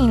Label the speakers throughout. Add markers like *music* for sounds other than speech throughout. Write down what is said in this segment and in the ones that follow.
Speaker 1: 迎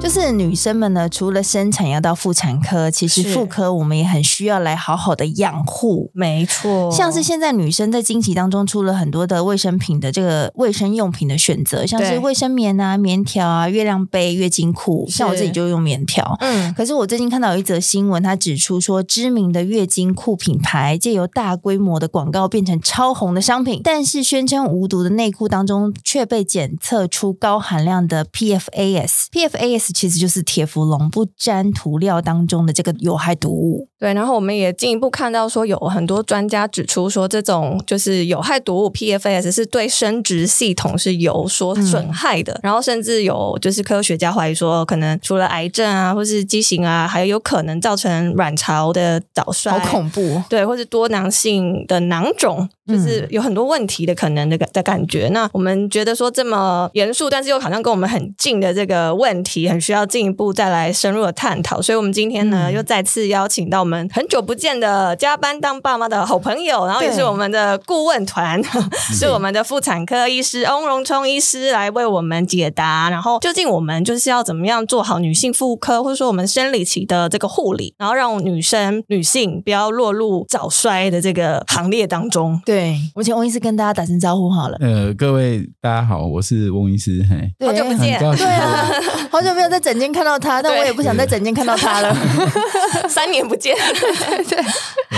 Speaker 1: 就是女生们呢，除了生产要到妇产科，其实
Speaker 2: 是
Speaker 1: 妇科我们也很需要来好好的养护。
Speaker 2: 没错
Speaker 1: 像是现在女生在经期当中出了很多的卫生品的这个卫生用品的选择，像是
Speaker 2: 对
Speaker 1: 卫生棉啊、棉条啊、月亮杯、月经裤，像我自己就用棉条。
Speaker 2: 嗯，
Speaker 1: 可是我最近看到有一则新闻，它指出说，知名的月经裤品牌借由大规模的广告变成超红的商品，但是宣称无毒的内裤当中却被检测出高含量的 PFAS。PFAS 其实就是铁氟龙不粘涂料当中的这个有害毒物。
Speaker 2: 对。然后我们也进一步看到说，有很多专家指出说，这种就是有害毒物 PFAS 是对生殖系统是有所损害的。然后甚至有就是科学家怀疑说，可能除了癌症啊，或是畸形啊，还有可能造成卵巢的早衰。
Speaker 1: 好恐怖哦！
Speaker 2: 对，或是多囊性的囊肿，就是有很多问题的可能的感的感觉。那我们觉得说这么严肃，但是又好像跟我们很近的这个问题，很需要进一步再来深入的探讨。所以，我们今天呢，
Speaker 1: 嗯
Speaker 2: 又再次邀请到我们很久不见的加班当爸妈的好朋友，然后也
Speaker 1: 对
Speaker 2: 是我们的顾问团，是我们的妇产科医师翁荣聪医师来为我们解答。然后，究竟我们就是要怎么样做好女性妇科，或者说我们生理期的这个护理，然后让女生、女性不要落入早衰的这个行列当中。
Speaker 1: 对，我请翁医师跟大家打声招呼好了。
Speaker 3: 呃，各位大家好，我是翁医师，嘿，
Speaker 1: 对
Speaker 2: 好久不
Speaker 3: 很
Speaker 2: 见，
Speaker 3: 高兴
Speaker 1: 对啊， *laughs* 好久没有在整间看到他，但
Speaker 2: 对
Speaker 1: 我也不想在整间看到他
Speaker 2: *laughs*
Speaker 1: 了。
Speaker 2: *laughs*
Speaker 1: *laughs*
Speaker 2: 三年不见，
Speaker 3: 对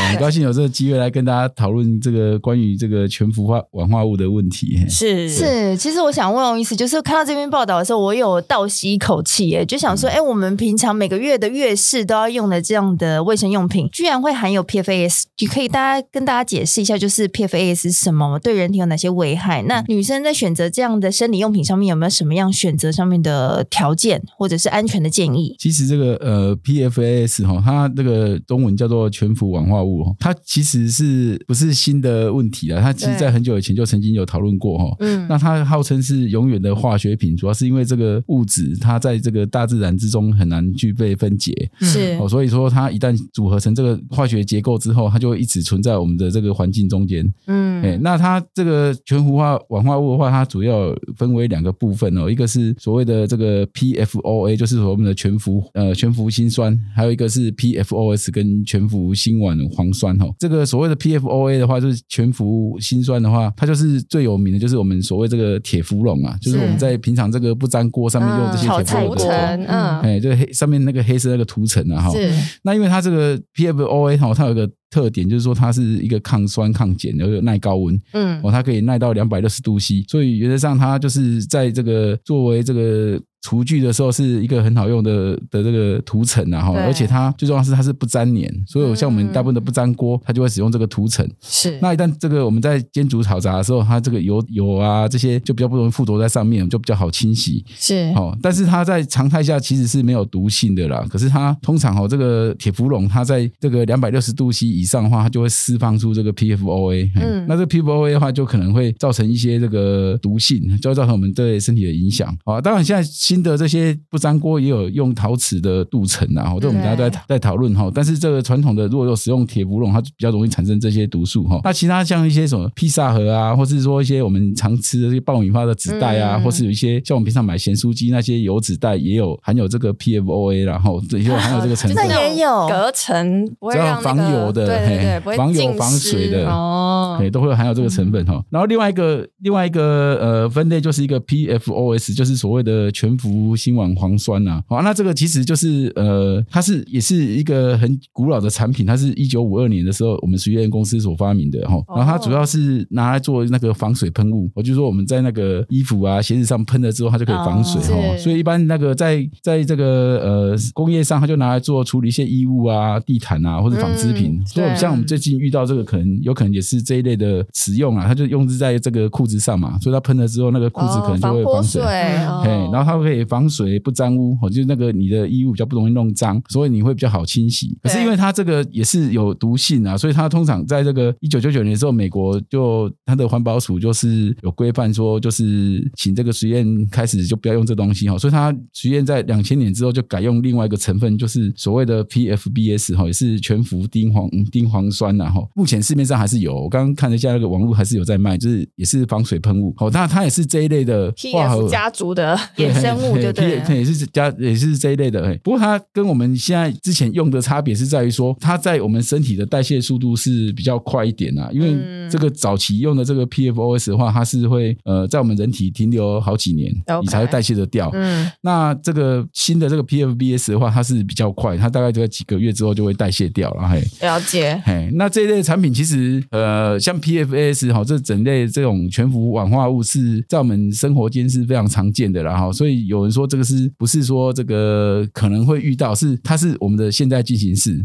Speaker 3: 很高兴有这个机会来跟大家讨论这个关于这个全氟化软化物的问题。嘿
Speaker 2: 是
Speaker 1: 是，其实我想问翁医师，就是看到这篇报道的时候，我有倒吸一口气，耶，就想说，
Speaker 3: 嗯
Speaker 1: 哎、我们平常每个月的月事都要用的这样的卫生用品，居然会含有 PFAS，你可以大家跟大家解释一下，就是 PFAS 是什么，对人体有哪些危害？
Speaker 3: 嗯
Speaker 1: 那女生在选择这样的生理用品上面，有没有什么样选择上面的条件，或者是安全的建议？
Speaker 3: 其实这个呃 PFAS 哈，它这个中文叫做全氟软化物，哦它其实是不是新的问题啊？它其实
Speaker 2: 对
Speaker 3: 在很久以前就曾经有讨论过哈。
Speaker 1: 嗯，
Speaker 3: 那它号称是永远的化学品，主要是因为这个物质它在这个大自然之中很难具备分解，
Speaker 2: 是
Speaker 3: 哦，所以说它一旦组合成这个化学结构之后，它就会一直存在我们的这个环境中间。
Speaker 1: 嗯，
Speaker 3: 哎、那它这个全氟化软化物的话，它主要分为两个部分哦，一个是所谓的这个 PFOA，就是我们的全氟呃全氟辛酸，还有一个是 PFOS 跟全氟辛烷磺酸哦。这个所谓的 PFOA 的话，就是全氟辛酸的话，它就是最有名的，就是我们所谓这个铁氟龙啊，就是我们
Speaker 1: 是
Speaker 3: 在平常这个不粘锅上面用这
Speaker 1: 嗯
Speaker 3: 些铁
Speaker 1: 炒菜
Speaker 3: 氟
Speaker 2: 涂
Speaker 3: 龙
Speaker 1: 锅
Speaker 2: 层
Speaker 1: 嗯
Speaker 3: 的。，
Speaker 2: 嗯，
Speaker 3: 哎，这个黑上面那个黑色那个涂层啊，哈，
Speaker 1: 是
Speaker 3: 那因为它这个 PFOA 哈，哦它有一个特点，就是说它是一个抗酸抗碱，然后又耐高温，
Speaker 2: 嗯，
Speaker 3: 哦，它可以耐到两百六十度 C，所以原则上它就是在这个作为这个厨具的时候是一个很好用的的这个涂层啊哈，
Speaker 2: 对
Speaker 3: 而且它最重要是它是不粘黏，所以像我们大部分的不粘锅，它就会使用这个涂层。
Speaker 2: 是
Speaker 3: 那一旦这个我们在煎煮炒炸的时候，它这个油油啊这些就比较不容易附着在上面，就比较好清洗。
Speaker 2: 是
Speaker 3: 哦，但是它在常态下其实是没有毒性的啦。可是它通常哦，这个铁氟龙它在这个两百六十度 C 以上的话，它就会释放出这个 PFOA 嘿。
Speaker 2: 嗯
Speaker 3: 那这个 PFOA 的话，就可能会造成一些这个毒性，就会造成我们对身体的影响。好、当然现在新的这些不粘锅也有用陶瓷的镀层啊，哦这我们大家都在在讨论哈。但是这个传统的如果有使用铁氟龙，它就比较容易产生这些毒素哈。那其他像一些什么披萨盒啊，或是说一些我们常吃的这些爆米花的纸袋啊，
Speaker 2: 嗯
Speaker 3: 或是有一些像我们平常买咸酥鸡那些油纸袋，也有含有这个 PFOA，然后也有含有这个成
Speaker 1: *laughs* 就
Speaker 3: 分
Speaker 1: 是。那也有
Speaker 2: 隔层，不会
Speaker 3: 只要
Speaker 2: 让那个
Speaker 3: 防油的
Speaker 2: 对对对，
Speaker 3: 嘿
Speaker 2: 不会
Speaker 3: 防油
Speaker 2: 浸
Speaker 3: 防水
Speaker 2: 湿
Speaker 3: 的
Speaker 2: 哦，嗯
Speaker 3: 对，都会含有这个成分哈、哦。然后另外一个另外一个呃分类就是一个 PFOS，就是所谓的全氟辛烷磺酸呐、啊。好、那这个其实就是呃，它是也是一个很古老的产品，它是一九五二年的时候我们实验公司所发明的哈、哦。然后它主要是拿来做那个防水喷雾，我就说我们在那个衣服啊鞋子上喷了之后，它就可以防水
Speaker 1: 哦
Speaker 3: 哈、
Speaker 2: 是
Speaker 3: 所以一般那个在在这个呃工业上，它就拿来做处理一些衣物啊、地毯啊或者纺织品。
Speaker 2: 嗯
Speaker 3: 所以
Speaker 2: 对
Speaker 3: 像我们最近遇到这个，可能有可能也是这一类的使用啊，它就用之在这个裤子上嘛，所以它喷了之后，那个裤子可能就会
Speaker 2: 哦防
Speaker 3: 防
Speaker 2: 泼水，
Speaker 3: 水。
Speaker 2: 哦
Speaker 3: 嘿，然后它会肺防水不沾污，哦，就是那个你的衣物比较不容易弄脏，所以你会比较好清洗。可是因为它这个也是有毒性啊，所以它通常在这个一九九九年的时候，美国就它的环保署就是有规范说，就是请这个实验开始就不要用这东西哈、哦，所以它实验在两千年之后就改用另外一个成分，就是所谓的 PFBS 哈、哦，也是全氟丁磺丁磺酸然、啊、后、哦、目前市面上还是有，我刚刚看了一下那个网络还是有在卖，就是也是防水喷雾，哦，那它也是这一类的化合
Speaker 2: TF
Speaker 3: 物。
Speaker 2: E
Speaker 3: 啊
Speaker 2: 家族的
Speaker 1: *laughs* 衍生物就对了
Speaker 3: 也也是加也是这一类的。嘿不过它跟我们现在之前用的差别是在于说，它在我们身体的代谢速度是比较快一点啊。因
Speaker 1: 嗯
Speaker 3: 为这个早期用的这个 PFOS 的话，它是会呃在我们人体停留好几年，
Speaker 2: OK
Speaker 3: 你才会代谢得掉。
Speaker 2: 嗯，
Speaker 3: 那这个新的这个 PFBS 的话，它是比较快，它大概就在几个月之后就会代谢掉了。嘿，
Speaker 2: 了
Speaker 3: *laughs*
Speaker 2: 解。
Speaker 3: 嘿，那这一类的产品其实呃，像 PFAS 哈，这整类这种全氟氧化物是在我们生活间是非常常见的啦哈，所以有人说这个是不是说这个可能会遇到，是它是我们的现在进
Speaker 1: *laughs*
Speaker 3: 行式，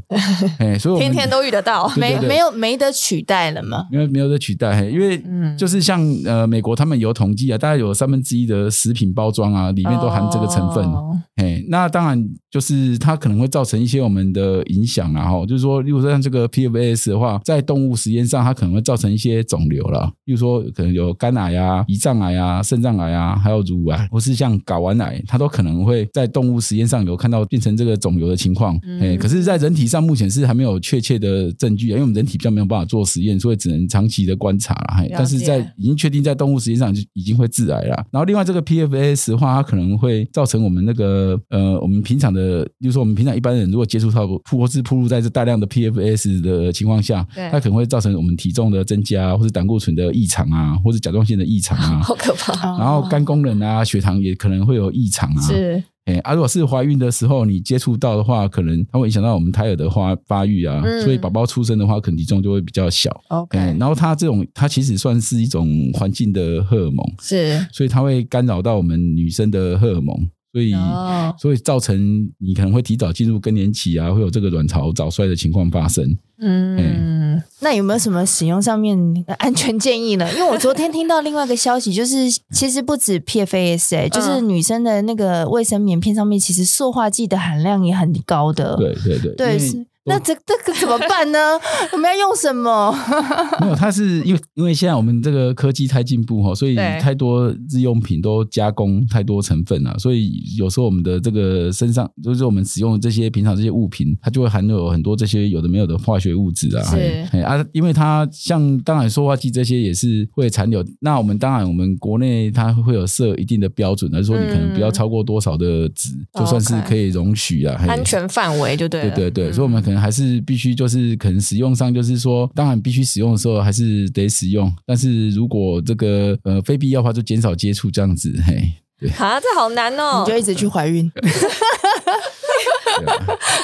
Speaker 3: 哎，所以我们
Speaker 2: 天天都遇得到，
Speaker 3: 对
Speaker 1: 没
Speaker 3: 对对
Speaker 1: 没有没得取代了嘛？
Speaker 3: 没有没有得取代，嘿因为
Speaker 1: 嗯
Speaker 3: 就是像呃美国他们有统计啊，大概有三分之一的食品包装啊里
Speaker 1: 里
Speaker 3: 面都含这个成分，
Speaker 1: 哦
Speaker 2: 哦
Speaker 3: 哎，那当然就是它可能会造成一些我们的影响啦，哈，就是说，例如说像这个 PFAS 的话，在动物实验上，它可能会造成一些肿瘤啦，例如说可能有肝癌啊、胰脏癌啊、肾脏癌啊，还有乳癌，或是像睾丸癌，它都可能会在动物实验上有看到变成这个肿瘤的情况。
Speaker 2: 嗯
Speaker 3: 哎、可是，在人体上目前是还没有确切的证据啊，因为我们人体比较没有办法做实验，所以只能长期的观察啦。嘿
Speaker 2: 了解
Speaker 3: 但是在已经确定在动物实验上就已经会致癌了。然后另外这个 PFAS 的话，它可能会造成我们那个呃，我们平常的，就是说我们平常一般人如果接触到铺或是铺露在这大量的 PFAS 的情况下
Speaker 2: 对，
Speaker 3: 它可能会造成我们体重的增加，或是胆固醇的异常啊，或是甲状腺的异常
Speaker 2: *laughs*。
Speaker 3: 啊
Speaker 2: 好可
Speaker 3: *laughs*
Speaker 2: 怕。
Speaker 3: 然后肝功能啊、血糖也可能会有异常啊，
Speaker 2: 是
Speaker 3: 哎、啊，如果是怀孕的时候你接触到的话，可能它会影响到我们胎儿的发发育啊，
Speaker 2: 嗯
Speaker 3: 所以宝宝出生的话，可能体重就会比较小。
Speaker 2: OK，
Speaker 3: 哎、然后它这种它其实算是一种环境的荷尔蒙，
Speaker 2: 是
Speaker 3: 所以它会干扰到我们女生的荷尔蒙，所以、
Speaker 2: 哦，
Speaker 3: 所以造成你可能会提早进入更年期啊，会有这个卵巢早衰的情况发生。
Speaker 2: 嗯，
Speaker 1: 那有没有什么使用上面呃安全建议呢？因 *laughs* 为我昨天听到另外一个消息，就是其实不止 PFAS，、欸、
Speaker 3: 嗯
Speaker 1: 就是女生的那个卫生棉片上面，其实塑化剂的含量也很高的。
Speaker 3: 对对对，
Speaker 1: 对，
Speaker 3: 因为
Speaker 1: 是。那这这个怎么办
Speaker 3: *laughs*
Speaker 1: 呢？我们要用什么？
Speaker 3: 哦
Speaker 2: *laughs*
Speaker 3: 没有，它是因为因为现在我们这个科技太进步哈，所以
Speaker 2: 对
Speaker 3: 太多日用品都加工太多成分啊了，所以有时候我们的这个身上就是我们使用的这些平常这些物品，它就会含有很多这些有的没有的化学物质啊。
Speaker 2: 是
Speaker 3: 嘿嘿啊，因为它像当然塑化剂这些也是会残留。那我们当然我们国内它会有设一定的标准，而是说你可能不要超过多少的值，就算
Speaker 2: 嗯
Speaker 3: 是
Speaker 2: 哦 OK
Speaker 3: 可以容许啊。嘿
Speaker 2: 安全范围就对了。
Speaker 3: 对对对，
Speaker 2: 嗯
Speaker 3: 所以我们可能还是必须就是可能使用上就是说，当然必须使用的时候还是得使用，但是如果这个呃非必要的话，就减少接触这样子。嘿，
Speaker 2: 啊，这好难哦
Speaker 3: 嗯
Speaker 1: 你。就一直去怀
Speaker 3: *laughs*
Speaker 1: 孕，
Speaker 3: 啊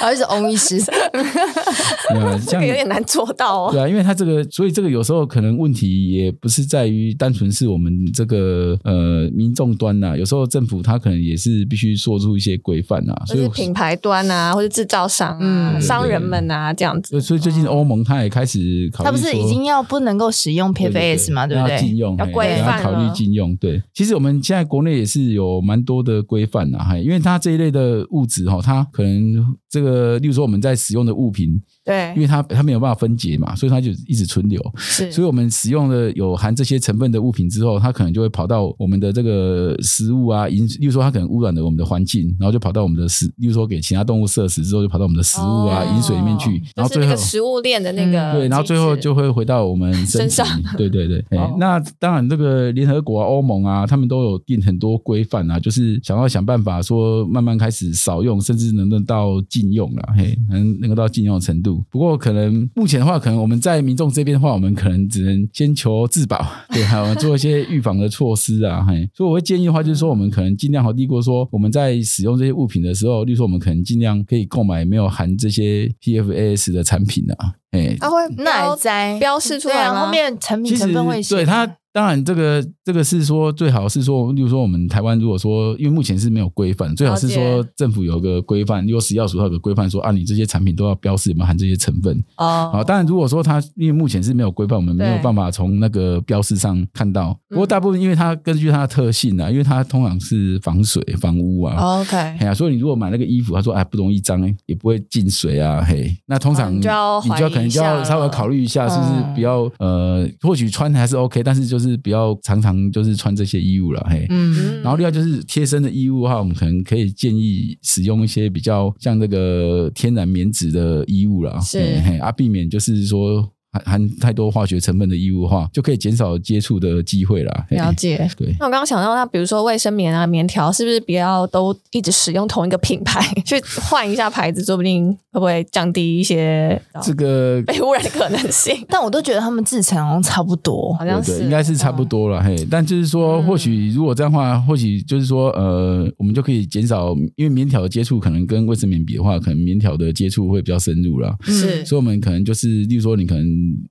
Speaker 1: 然后一直嗡医师，
Speaker 2: *laughs*
Speaker 3: 那
Speaker 2: 这
Speaker 3: 这
Speaker 2: 个有
Speaker 3: 样。
Speaker 2: 点难做到哦。
Speaker 3: 对啊，因为它这个，所以这个有时候可能问题也不是在于单纯是我们这个呃民众端呐、有时候政府它可能也是必须做出一些规范啊，
Speaker 2: 就
Speaker 3: 所以
Speaker 2: 是品牌端啊，或者制造商啊、
Speaker 1: 嗯
Speaker 2: 商人们啊这样子。
Speaker 3: 所以最近欧盟它也开始考虑
Speaker 1: 他
Speaker 3: 说，
Speaker 1: 不是已经要不能够使用 PFAS 嘛，对不
Speaker 3: 要禁
Speaker 1: 对？
Speaker 3: 用，
Speaker 2: 要
Speaker 3: 嘿
Speaker 2: 规
Speaker 3: 要
Speaker 2: 范
Speaker 3: 考
Speaker 2: 了
Speaker 3: 虑禁用。对，其实我们现在国内也是有蛮多的规范啊，嘿因为它这一类的物质哈，它可能这个，例如说我们在使用的物品，
Speaker 2: 对
Speaker 3: 因，为它它没有办法分解嘛，所以它就一直存留。
Speaker 2: 是
Speaker 3: 所以我们使用了有含这些成分的物品之后，它可能就会跑到我们的这个食物啊，饮，例如说它可能污染了我们的环境，然后就跑到我们的食，例如说给其他动物摄食之后，就跑到我们的食物啊、
Speaker 2: 哦
Speaker 3: 饮水里面去，然
Speaker 2: 就
Speaker 3: 后
Speaker 2: 是
Speaker 3: 最
Speaker 2: 那
Speaker 3: 后
Speaker 2: 个
Speaker 3: 嗯
Speaker 2: 食物链的那个机制，
Speaker 3: 对，然后最后就会回到我们
Speaker 2: *laughs* 身
Speaker 3: 身体
Speaker 2: 上。
Speaker 3: 对
Speaker 2: *laughs*
Speaker 3: 对对，哎
Speaker 2: 哦
Speaker 3: 那当然，这个联合国啊、欧盟啊，他们都有定很多规范啊，就是想要想办法说慢慢开始少用，甚至能够到禁用了，嘿，能能够到禁用的程度。不过可能目前的话，可能我们在民众这边的话，我们可能只能先求自保， *laughs* 对，还有做一些预防的措施啊，嘿。所以我会建议的话，就是说我们可能尽量和帝国说，我们在使用这些物品的时候，例如说我们可能尽量可以购买没有含这些 PFAS 的产品啊，哎，
Speaker 2: 它会
Speaker 1: 那
Speaker 2: 标
Speaker 1: 也栽
Speaker 2: 标示出
Speaker 1: 对
Speaker 2: 来
Speaker 1: 啊，
Speaker 2: 吗
Speaker 1: 后面成品成分会写
Speaker 3: 对它当然，这个这个是说最好是说，例如说我们台湾如果说，因为目前是没有规范，最好是说
Speaker 2: 了解
Speaker 3: 政府有个规范，如果食药署它有个规范说啊，你这些产品都要标示有没有含这些成分。
Speaker 2: 哦
Speaker 3: 好，当然如果说它因为目前是没有规范，我们没有
Speaker 2: 对嗯
Speaker 3: 办法从那个标示上看到。不过大部分因为它根据它的特性啊，因为它通常是防水、防污啊。
Speaker 2: OK，
Speaker 3: 哎呀，所以你如果买那个衣服，他说哎不容易脏，也不会进水啊，嘿。那通常
Speaker 2: 哦你就要
Speaker 3: 你
Speaker 2: 怀疑
Speaker 3: 就可能就
Speaker 2: 一下
Speaker 3: 要
Speaker 2: 了
Speaker 3: 稍微考虑一下，是不是
Speaker 2: 嗯
Speaker 3: 不要、呃，或许穿还是 OK，但是就是不要常常就是穿这些衣物了，嘿。
Speaker 1: 嗯，？
Speaker 3: 然后另外就是贴身的衣物的话，我们可能可以建议使用一些比较像这个天然棉质的衣物啦，
Speaker 2: 是
Speaker 3: 嘿嘿啊，避免就是说含含太多化学成分的衣物的话，就可以减少接触的机会啦。嘿
Speaker 2: 了解。
Speaker 3: 对，
Speaker 2: 那我刚刚想到，那比如说卫生棉啊、棉条，是不是不要都一直使用同一个品牌， *laughs* 去换一下牌子，说不定会不会降低一些呃
Speaker 3: 这个
Speaker 2: 被污染的可能性
Speaker 1: 但我都觉得他们制成好像差不多。
Speaker 2: 好像
Speaker 3: 对
Speaker 2: 是，
Speaker 3: 对，应该是差不
Speaker 2: 嗯。
Speaker 3: 多了，嘿。但就是说，
Speaker 2: 嗯
Speaker 3: 或许如果这样的话，或许就是说，呃，我们就可以减少，因为棉条的接触可能跟卫生棉比的话，可能棉条的接触会比较深入啦。
Speaker 2: 是
Speaker 3: 所以，我们可能就是，例如说，你可能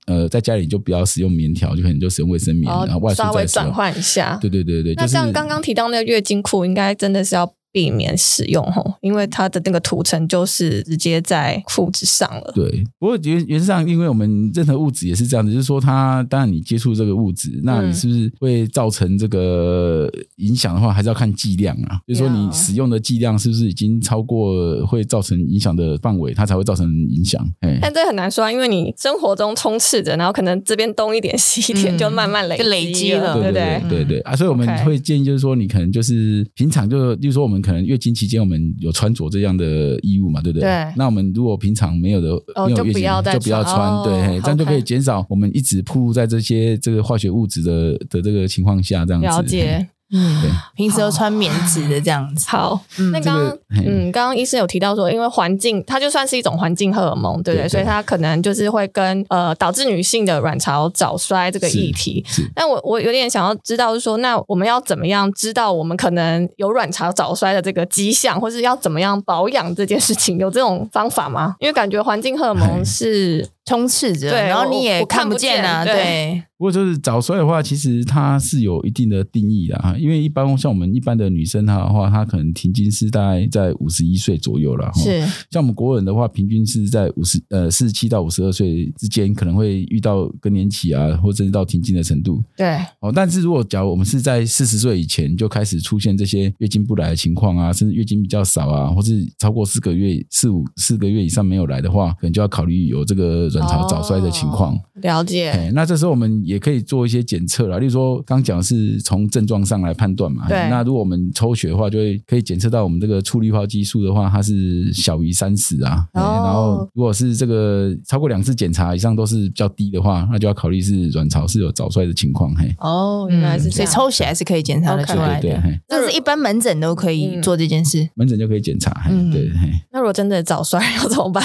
Speaker 3: 呃，在家里就不要使用棉条，就可能就使用卫生棉，
Speaker 2: 然
Speaker 3: 然后外
Speaker 2: 后
Speaker 3: 出
Speaker 2: 哦稍微
Speaker 3: 再使
Speaker 2: 转
Speaker 3: 用。
Speaker 2: 换一下。
Speaker 3: 对对对对，
Speaker 2: 那
Speaker 3: 就是
Speaker 2: 像刚刚提到那个月经裤，应该真的是要避免使用吼，因为它的那个涂层就是直接在裤子上了。
Speaker 3: 对，不过原原则上，因为我们任何物质也是这样子，就是说它，当然你接触这个物质，那你是不是会造成这个影响的话，还是要看剂量啊。就是说你
Speaker 2: 要
Speaker 3: 使用的剂量是不是已经超过会造成影响的范围，它才会造成影响。哎，
Speaker 2: 但这很难说啊，因为你生活中充斥着，然后可能这边东一点西一点，
Speaker 1: 嗯
Speaker 2: 就慢慢累
Speaker 1: 就累积了
Speaker 2: 对
Speaker 3: 对
Speaker 2: 不
Speaker 3: 对
Speaker 2: 对？
Speaker 3: 对对啊！所以我们
Speaker 2: OK
Speaker 3: 会建议，就是说你可能就是平常就，例如说我们可能月经期间我们有穿着这样的衣物嘛，对不对？
Speaker 2: 对
Speaker 3: 那我们如果平常没有的，
Speaker 2: 哦
Speaker 3: 没有
Speaker 2: 就
Speaker 3: 月
Speaker 2: 不
Speaker 3: 经
Speaker 2: 要再
Speaker 3: 就不要
Speaker 2: 穿
Speaker 3: 穿，
Speaker 2: 哦
Speaker 3: 对，嘿这样就
Speaker 2: OK
Speaker 3: 可以减少我们一直暴露在这些这个化学物质的的这个情况下，这样子。
Speaker 2: 了解。
Speaker 1: 嗯
Speaker 3: 对，
Speaker 1: 平时都穿棉质的这样子。
Speaker 2: 好，
Speaker 1: 嗯
Speaker 2: 那
Speaker 3: 这
Speaker 2: 刚刚
Speaker 3: 个嘿
Speaker 2: 嗯，刚刚医生有提到说，因为环境它就算是一种环境荷尔蒙，对不对？
Speaker 3: 对对
Speaker 2: 所以它可能就是会跟呃导致女性的卵巢早衰这个
Speaker 3: 是
Speaker 2: 议题。
Speaker 3: 是
Speaker 2: 但我我有点想要知道，是说那我们要怎么样知道我们可能有卵巢早衰的这个迹象，或是要怎么样保养这件事情，有这种方法吗？因为感觉环境荷尔蒙
Speaker 3: 嗨
Speaker 2: 是
Speaker 1: 充斥着，
Speaker 2: 对
Speaker 1: 然后
Speaker 2: 我
Speaker 1: 你也
Speaker 2: 我看
Speaker 1: 看
Speaker 2: 不
Speaker 1: 不见啊，
Speaker 2: 见对
Speaker 1: 对，
Speaker 3: 不过就是早衰的话，其实它是有一定的定义的啊，因为一般像我们一般的女生她的话，她可能停经是大概在五十一岁左右了，吼
Speaker 1: 是
Speaker 3: 像我们国人的话，平均是在五十呃四十七到五十二岁之间，可能会遇到更年期啊，或甚至到停经的程度。
Speaker 2: 对
Speaker 3: 哦，但是如果假如我们是在四十岁以前就开始出现这些月经不来的情况啊，甚至月经比较少啊，或是超过四个月、四五四个月以上没有来的话，可能就要考虑有这个卵巢早衰的情况。
Speaker 2: 了解，
Speaker 3: 哎，那这时候我们也可以做一些检测啦，例如说刚讲的是从症状上来判断嘛。
Speaker 2: 对
Speaker 3: 那如果我们抽血的话，就会可以检测到我们这个促氯化激素的话，它是小于三十啊。哎
Speaker 2: 哦
Speaker 3: 然后如果是这个超过两次检查以上都是比较低的话，那就要考虑是卵巢是有早衰的情况。嘿，
Speaker 2: 哦
Speaker 1: 嗯所以抽血还是可以检查的出来
Speaker 3: 对对，
Speaker 1: 的。
Speaker 3: 嘿，
Speaker 1: 但是一般门诊都可以做这件事，
Speaker 3: 门诊就可以检查。嘿，
Speaker 1: 嗯
Speaker 3: 对，嘿，
Speaker 2: 那如果真的早衰要怎么办？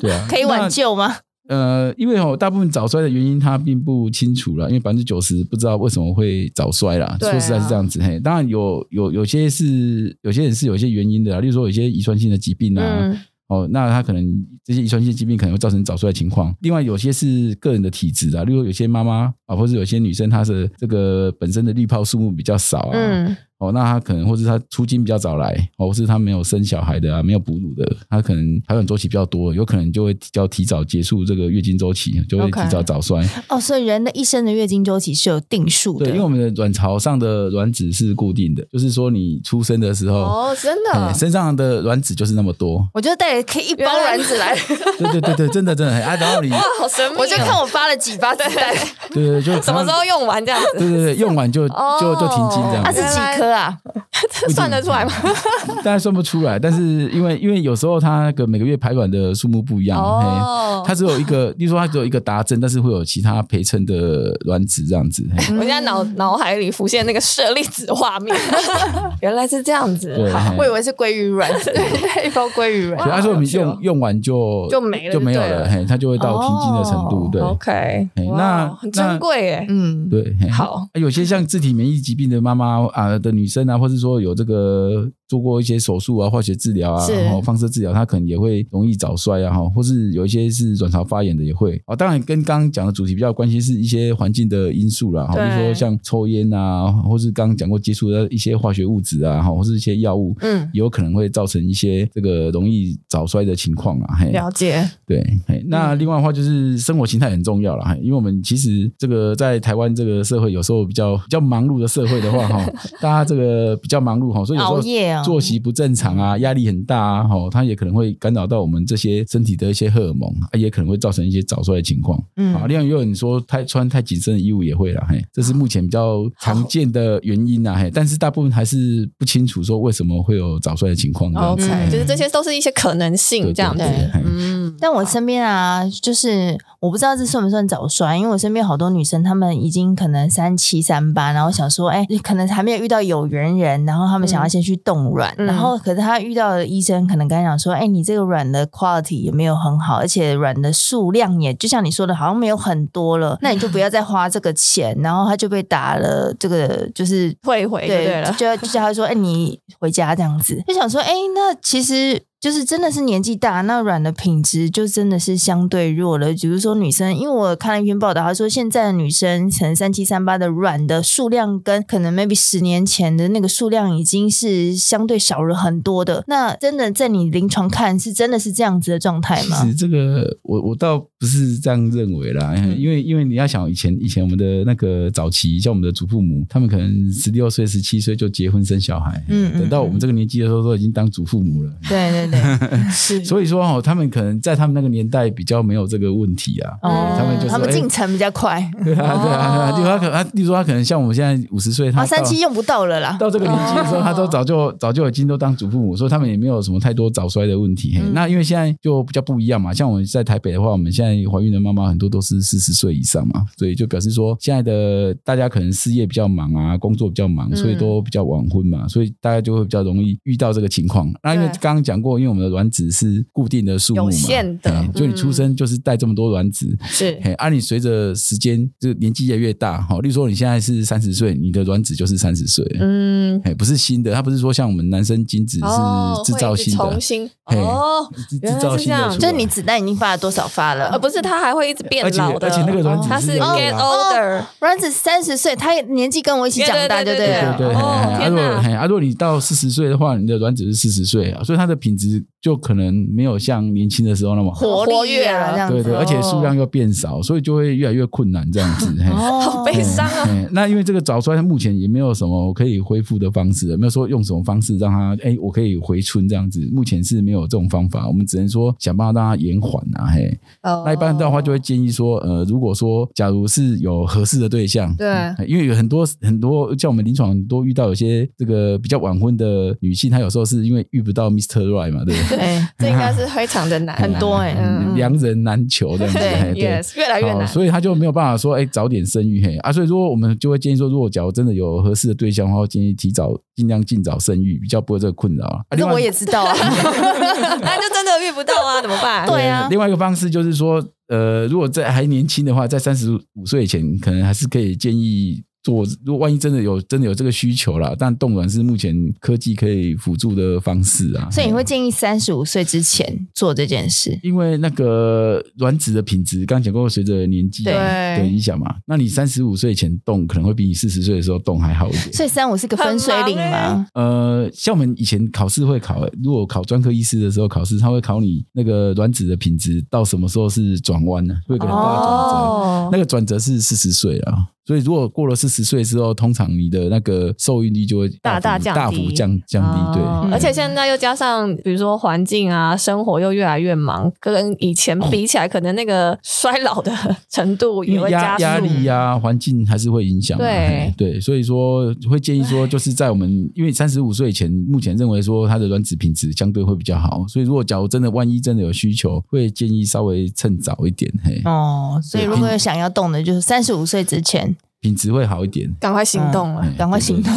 Speaker 3: 对啊，
Speaker 1: 可以挽救吗？
Speaker 3: 呃，因为哦，大部分早衰的原因它并不清楚啦，因为百分之九十不知道为什么会早衰啦。
Speaker 2: 对啊
Speaker 3: 说实在是这样子，嘿，当然有有有些是有些人是有一些原因的啦，例如说有些遗传性的疾病啊，
Speaker 2: 嗯，
Speaker 3: 哦，那他可能这些遗传性疾病可能会造成早衰的情况。另外，有些是个人的体质啊，例如有些妈妈啊，或者有些女生她的这个本身的滤泡数目比较少啊，
Speaker 2: 嗯，
Speaker 3: 哦，那她可能或是她出经比较早来，哦，或是她没有生小孩的啊，没有哺乳的，她可能排卵周期比较多，有可能就会比较提早结束这个月经周期，就会
Speaker 2: OK
Speaker 3: 提早早衰。
Speaker 1: 哦，所以人的一生的月经周期是有定数
Speaker 3: 对，因为
Speaker 1: 的。。
Speaker 3: 我们的卵巢上的卵子是固定的，就是说你出生的时候，
Speaker 2: 哦，真
Speaker 3: 哎
Speaker 2: 的，
Speaker 3: 身上的卵子就是那么多
Speaker 1: 我就带了可以一包
Speaker 2: 原来
Speaker 1: 卵子来， *laughs*
Speaker 3: 对对对对，真的真的，哎啊，然后你
Speaker 2: 好神秘哦，
Speaker 1: 我就看我发了几发子弹，
Speaker 3: 对对对，就
Speaker 2: *laughs* 什么时候用完这样子。
Speaker 3: 对
Speaker 2: *laughs*
Speaker 3: 对对，用完就
Speaker 2: 哦
Speaker 3: 就就停经这
Speaker 1: *laughs*
Speaker 3: 样
Speaker 1: 二
Speaker 2: 啊
Speaker 1: 十
Speaker 2: 是
Speaker 3: 子，
Speaker 1: 几颗啊，
Speaker 3: 不一定
Speaker 2: 算得出来吗？
Speaker 3: *laughs* 当然算不出来，但是因为因为有时候它那个每个月排卵的数目不一样，嘿，
Speaker 2: 哦，
Speaker 3: 它只有一个，例如说它只有一个达阵，但是会有其他陪衬的卵子这样子，
Speaker 2: *laughs*
Speaker 3: 嘿
Speaker 2: 我现在脑脑海里浮现那个舍利子画面， *laughs* 原来是这样子。
Speaker 3: 对，
Speaker 2: 好
Speaker 3: 嘿
Speaker 1: 我以为是鲑鱼卵， *laughs* 对，一包鲑鱼
Speaker 3: 所以
Speaker 1: 卵。
Speaker 3: 它说我们
Speaker 2: 好有
Speaker 3: 用
Speaker 2: 趣哦
Speaker 3: 用完就
Speaker 2: 就没了
Speaker 3: 就没有
Speaker 2: 就对了
Speaker 3: 了，嘿，它就会到停经的程度，
Speaker 1: 哦
Speaker 3: 对。
Speaker 2: ，OK，
Speaker 3: 哎
Speaker 2: 哇
Speaker 3: 那
Speaker 2: 很珍贵哎。
Speaker 1: 嗯，
Speaker 3: 对，嘿
Speaker 2: 好
Speaker 3: 啊有些像自体免疫疾病的妈妈啊的女生啊，或是说有这个做过一些手术啊、化学治疗啊，
Speaker 1: 是
Speaker 3: 然后放射治疗，它可能也会容易早衰啊，哈，或是有一些是卵巢发炎的也会啊。当然，跟刚刚讲的主题比较有关系是一些环境的因素啦，哈，比
Speaker 2: 对
Speaker 3: 如说像抽烟啊，或是刚刚讲过接触的一些化学物质啊，哈，或是一些药物，
Speaker 1: 嗯，
Speaker 3: 也有可能会造成一些这个容易早衰的情况啊。嘿，
Speaker 1: 了解，
Speaker 3: 对，嘿
Speaker 1: 嗯
Speaker 3: 那另外的话就是生活形态很重要了，嘿因为我们其实这个在台湾这个社会有时候比较比较忙碌的社会
Speaker 1: *laughs*
Speaker 3: 的话，哈，大家这个比较忙碌哈，所以有时候
Speaker 1: 熬夜啊
Speaker 3: 作息不正常啊，压力很大啊，哈，它也可能会干扰到我们这些身体的一些荷尔蒙，啊也可能会造成一些早衰的情况。啊，
Speaker 1: 嗯，
Speaker 3: 另外也有人说太穿太紧身的衣物也会啦，嘿，这是目前比较常见的原因啊啦，嘿，但是大部分还是不清楚说为什么会有早衰的情况这样
Speaker 2: OK，、
Speaker 3: 子。
Speaker 1: 嗯
Speaker 2: 就是这些都是一些可能
Speaker 3: 对
Speaker 2: 性这样子
Speaker 3: 对。对嘿
Speaker 1: 嗯，但我身边啊，就是我不知道这算不算早衰，因为我身边好多女生，她们已经可能三七三八，然后想说，哎、可能还没有遇到有缘人，然后她们想要先去冻卵，
Speaker 2: 嗯
Speaker 1: 然后可是她遇到的医生可能跟她讲说，哎、你这个卵的 quality 也没有很好，而且卵的数量也就像你说的，好像没有很多了，那你就不要再花这个钱，然后她就被打了这个就是
Speaker 2: 退回就对了，
Speaker 1: 就就叫他说：“哎、你回家这样子。”就想说：“哎、那其实就是真的是年纪大，那软的品质就真的是相对弱了。比如说女生，因为我看了一篇报道，他说现在的女生可能三七三八的软的数量跟可能 maybe 十年前的那个数量已经是相对少了很多的。那真的在你临床看，是真的是这样子的状态
Speaker 3: 其
Speaker 1: 吗
Speaker 3: 实？这个我我倒不是这样认为啦，哎
Speaker 1: 嗯
Speaker 3: 因为因为你要想以前以前我们的那个早期，像我们的祖父母，他们可能十六岁、十七岁就结婚生小孩，
Speaker 1: 嗯嗯
Speaker 3: 等到我们这个年纪的时候都已经当祖父母了。
Speaker 1: 对对对，是。”
Speaker 3: 所以说哦，他们可能在他们那个年代比较没有这个问题啊，
Speaker 1: 哦，
Speaker 3: *laughs* 他们就说
Speaker 1: 他们
Speaker 3: 哎
Speaker 1: 进程比较快，
Speaker 3: *laughs* 对啊，对啊，对啊，
Speaker 2: 哦
Speaker 3: 例如他可他，例如说他可能像我们现在五十岁，他
Speaker 1: 啊，
Speaker 3: 到
Speaker 1: 三七用不到了啦。
Speaker 3: *laughs* 到这个年纪的时候，
Speaker 2: 哦
Speaker 3: 他都早就早就已经都当祖父母，所以他们也没有什么太多早衰的问题。嘿
Speaker 1: 嗯
Speaker 3: 那因为现在就比较不一样嘛，像我们在台北的话，我们现在怀孕的妈妈很多都是四十岁以上嘛，所以就表示说现在的大家可能事业比较忙啊，工作比较忙，
Speaker 1: 嗯
Speaker 3: 所以都比较晚婚嘛，所以大家就会比较容易遇到这个情况。那因为
Speaker 2: 对
Speaker 3: 刚刚讲过，因为我们的卵子是固定的数目嘛，
Speaker 2: 有限的嗯
Speaker 3: 嘿就你出生就是带这么多卵子，
Speaker 2: 是
Speaker 3: 嘿，啊，你随着时间就年纪越来越大，哈、例如说你现在是三十岁，你的卵子就是三十岁，
Speaker 2: 嗯，
Speaker 3: 哎，不是新的，它不是说像我们男生精子
Speaker 2: 哦
Speaker 3: 是制造新的
Speaker 2: 会一直重，新
Speaker 3: 嘿
Speaker 2: 哦，
Speaker 3: 制
Speaker 2: 原来
Speaker 3: 制造
Speaker 2: 是
Speaker 3: 新的
Speaker 2: 这样
Speaker 3: 出来，
Speaker 1: 就是你子弹已经发了多少发了？
Speaker 2: 呃，不是，它还会一直变
Speaker 3: 而且
Speaker 2: 老的，
Speaker 3: 而且那个卵子
Speaker 2: 它
Speaker 3: 是
Speaker 2: 是
Speaker 3: 有
Speaker 2: get
Speaker 3: 老
Speaker 2: older，
Speaker 1: 阮子三十岁，他也年纪跟我一起长大，
Speaker 2: 对
Speaker 1: 就
Speaker 2: 对
Speaker 1: 对了。
Speaker 3: 对对，
Speaker 2: 哦
Speaker 3: 嘿嘿啊
Speaker 2: 天
Speaker 3: 如果
Speaker 2: 哪
Speaker 3: 嘿啊，如果你到四十岁的话，你的卵子是四十岁啊，所以它的品质就可能没有像年轻的时候那么好，
Speaker 1: 活
Speaker 2: 活
Speaker 1: 力
Speaker 2: 跃
Speaker 1: 啊，
Speaker 2: 了
Speaker 1: 这样
Speaker 3: 对
Speaker 1: 子。
Speaker 3: 对，而
Speaker 2: 哦
Speaker 3: 且数量又变少，所以就会越来越困难这样子。嘿
Speaker 1: 哦，
Speaker 2: 好悲伤啊！
Speaker 3: 嗯那因为这个早衰，它目前也没有什么可以恢复的方式，也没有说用什么方式让它哎、我可以回春这样子，目前是没有这种方法，我们只能说想办法让它延缓啊，嘿。
Speaker 2: 哦
Speaker 3: 那一般的话就会建议说，呃，如果说假如是有合适的对象，
Speaker 2: 对
Speaker 3: 嗯因为有很多很多像我们临床很多遇到有些这个比较晚婚的女性，她有时候是因为遇不到 Mr. Right 嘛，对
Speaker 2: *laughs*
Speaker 3: 不对？
Speaker 1: 哎，
Speaker 2: *laughs* 这应该是非常的难啊，
Speaker 1: 很多哎
Speaker 3: 嗯良人难求这样子，
Speaker 2: 对
Speaker 3: 嘿对。
Speaker 2: ，yes，越来越
Speaker 3: 好，
Speaker 2: 难。
Speaker 3: 所以他就没有办法说，哎、早点生育嘿啊，所以说我们就会建议说，如果假如真的有合适的对象的话，我建议提早尽量尽早生育，比较不会有这个困扰啊。
Speaker 1: 可是
Speaker 3: 另外
Speaker 1: 我也知
Speaker 2: *laughs*
Speaker 1: 道啊，
Speaker 2: 那就真的遇不到啊，怎么办？
Speaker 1: 对啊
Speaker 3: 另外一个方式就是说，呃，如果在还年轻的话，在三十五岁以前，可能还是可以建议。做，如果万一真的有真的有这个需求啦，但冻卵是目前科技可以辅助的方式啊。
Speaker 1: 所以你
Speaker 3: 嘿
Speaker 1: 会建议三十五岁之前做这件事。
Speaker 3: 因为那个卵子的品质，刚讲过，随着年纪
Speaker 2: 对
Speaker 3: 的影响
Speaker 1: 嗯
Speaker 3: 嘛。那你三十五岁以前冻，可能会比你四十岁的时候冻还好一点。
Speaker 1: 所以三五是个分水岭吗
Speaker 2: 很忙？欸
Speaker 3: 呃，像我们以前考试会考，如果考专科医师的时候考试，他会考你那个卵子的品质到什么时候是转弯呢？会有一个很大的转折。
Speaker 2: 哦
Speaker 3: 那，个转折是四十岁啊，所以如果过了四十岁之后，通常你的那个受孕率就会
Speaker 2: 大大
Speaker 3: 幅
Speaker 2: 降
Speaker 3: 大幅
Speaker 2: 低
Speaker 3: 降降低。对，
Speaker 2: 哦而且现在又加上，比如说环境啊，生活又越来越忙，跟以前
Speaker 3: 哦
Speaker 2: 比起来，可能那个衰老的程度也
Speaker 3: 因
Speaker 2: 会
Speaker 3: 为
Speaker 2: 加
Speaker 3: 嗯压
Speaker 2: 速。
Speaker 3: 压力呀、环境还是会影响嘛。
Speaker 2: 对
Speaker 3: 嘿对，所以说会建议说，就是在我们因为三十五岁以前，目前认为说它的卵子品质相对会比较好，所以如果假如真的万一真的有需求，会建议稍微趁早一点，嘿，
Speaker 1: 哦，所以如果有想要动的，就是三十五岁之前
Speaker 3: 品质会好一点。
Speaker 2: 赶快行动了！
Speaker 3: 嘿
Speaker 1: 赶快行动。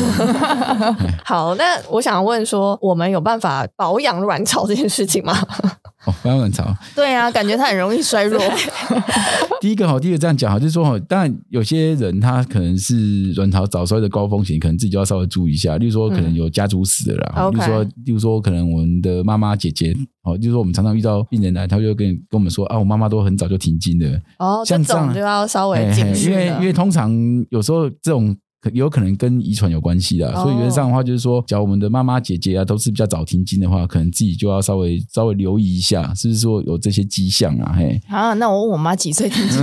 Speaker 2: 好，那我想问说，我们有办法保养卵巢这件事情吗？ *laughs*
Speaker 3: 哦，反正很潮。
Speaker 1: 对啊，感觉它很容易衰弱。
Speaker 3: 第一个哈，第一个这样讲哈，就是说哈，当然有些人他可能是卵巢早衰的高风险，可能自己就要稍微注意一下。例如说，可能有家族史的啦，哦
Speaker 2: 嗯
Speaker 3: 例如说
Speaker 2: OK，
Speaker 3: 例如说可能我们的妈妈、姐姐，哦，例如说我们常常遇到病人来，他就跟跟我们说啊，我妈妈都很早就停经了，
Speaker 2: 哦，这
Speaker 3: 像这样
Speaker 2: 种就要稍微
Speaker 3: 嘿嘿
Speaker 2: 警
Speaker 3: 因
Speaker 2: 讯
Speaker 3: 为因
Speaker 2: 了。
Speaker 3: 为通常有时候这种。可有可能跟遗传有关系啦，
Speaker 2: 哦
Speaker 3: 所以原则上的话就是说，假如我们的妈妈、姐姐啊都是比较早停经的话，可能自己就要稍微稍微留意一下，是不是说有这些迹象啊？嘿，
Speaker 1: 啊，那我问我妈几岁听经？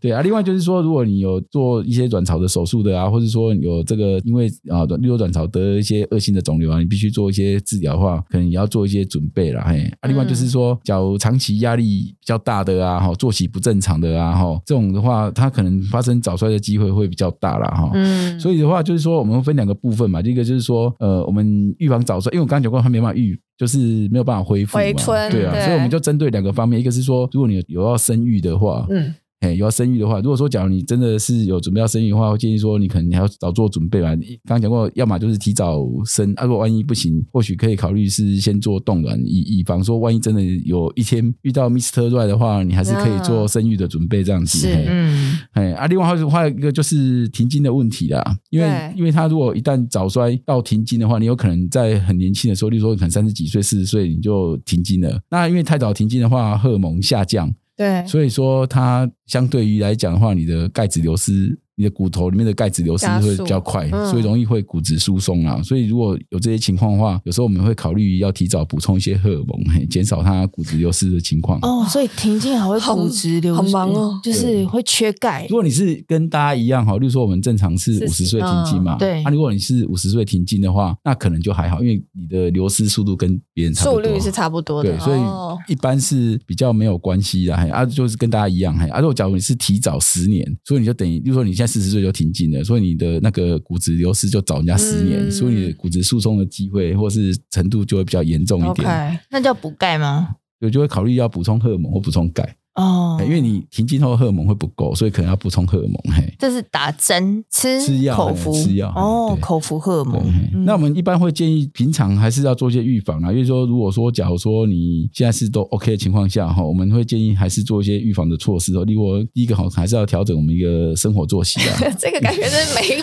Speaker 3: 对啊，另外就是说，如果你有做一些卵巢的手术的啊，或者说有这个因为啊，例如卵巢得一些恶性的肿瘤啊，你必须做一些治疗的话，可能也要做一些准备啦。嘿。
Speaker 2: 嗯
Speaker 3: 啊，另外就是说，假如长期压力比较大的啊，哈，作息不正常的啊，哈，这种的话，它可能发生早衰的机会会比较大啦。哈。
Speaker 2: 嗯，
Speaker 3: 所以的话，就是说我们分两个部分嘛。第一个就是说，呃，我们预防早衰，因为我刚刚讲过，它没办法预，就是没有办法恢复嘛，
Speaker 2: 回春
Speaker 3: 对啊。
Speaker 2: 对
Speaker 3: 所以我们就针对两个方面，一个是说，如果你有有要生育的话，
Speaker 2: 嗯，
Speaker 3: 哎，有要生育的话，如果说假如你真的是有准备要生育的话，我建议说你可能还要早做准备吧。你刚刚讲过，要么就是提早生，啊，如果万一不行，或许可以考虑是先做冻卵，以以防说万一真的有一天遇到 Mister Right 的话，你还是可以做生育的准备这样子。
Speaker 2: 啊是
Speaker 3: 嘿
Speaker 1: 嗯，
Speaker 3: 哎啊，另外还有还有一个就是停经的问题啦，因为
Speaker 2: 对
Speaker 3: 因为他如果一旦早衰到停经的话，你有可能在很年轻的时候，例如说可能三十几岁、四十岁你就停经了。那因为太早停经的话，荷尔蒙下降，
Speaker 2: 哎
Speaker 1: 对，
Speaker 3: 所以说它相对于来讲的话，你的钙质流失。你的骨头里面的钙质流失
Speaker 2: 加速
Speaker 3: 会比较快，
Speaker 2: 嗯
Speaker 3: 所以容易会骨质疏松啊。所以如果有这些情况的话，有时候我们会考虑要提早补充一些荷尔蒙，嘿减少它骨质流失的情况。
Speaker 1: 哦，所以停经还会
Speaker 2: 好
Speaker 1: 骨质流失，
Speaker 2: 好忙哦
Speaker 1: 就是会缺钙
Speaker 3: 如。果你是跟大家一样哈，例如说我们正常是
Speaker 2: 是
Speaker 3: 五十岁停经嘛，啊
Speaker 1: 嗯对
Speaker 3: 那、如果你是五十岁停经的话，那可能就还好，因为你的流失速度跟别人差不
Speaker 2: 速
Speaker 3: 多，
Speaker 2: 率是差不多的
Speaker 3: 对，，所
Speaker 2: 哦
Speaker 3: 以一般是比较没有关系的，嘿，啊，就是跟大家一样，嘿，啊，如果假如你是提早十年，所以你就等于，例如说你现在四十岁就停经了，所以你的那个骨质流失就早人家十年，
Speaker 2: 嗯
Speaker 3: 所以你的骨质疏松的机会或是程度就会比较严重一
Speaker 2: OK，
Speaker 3: 点，
Speaker 1: 那叫补钙吗？
Speaker 3: 所以就会考虑要补充荷尔蒙或补充钙，
Speaker 1: 哦
Speaker 3: 哎嘿，因为你停经后荷尔蒙会不够，所以可能要补充荷尔蒙，嘿。
Speaker 1: 这是打针吃
Speaker 3: 吃药
Speaker 1: 口服
Speaker 3: 哎吃药
Speaker 1: 哦，
Speaker 3: 对
Speaker 1: 口服荷尔蒙
Speaker 3: 对，。
Speaker 1: 嗯
Speaker 3: 那我们一般会建议平常还是要做一些预防啊，因为说如果说假如说你现在是都 OK 的情况下哈，我们会建议还是做一些预防的措施哦。例如第一个哈，还是要调整我们一个生活作息啊，
Speaker 2: *laughs* *laughs* 这个感 *laughs* 觉是每一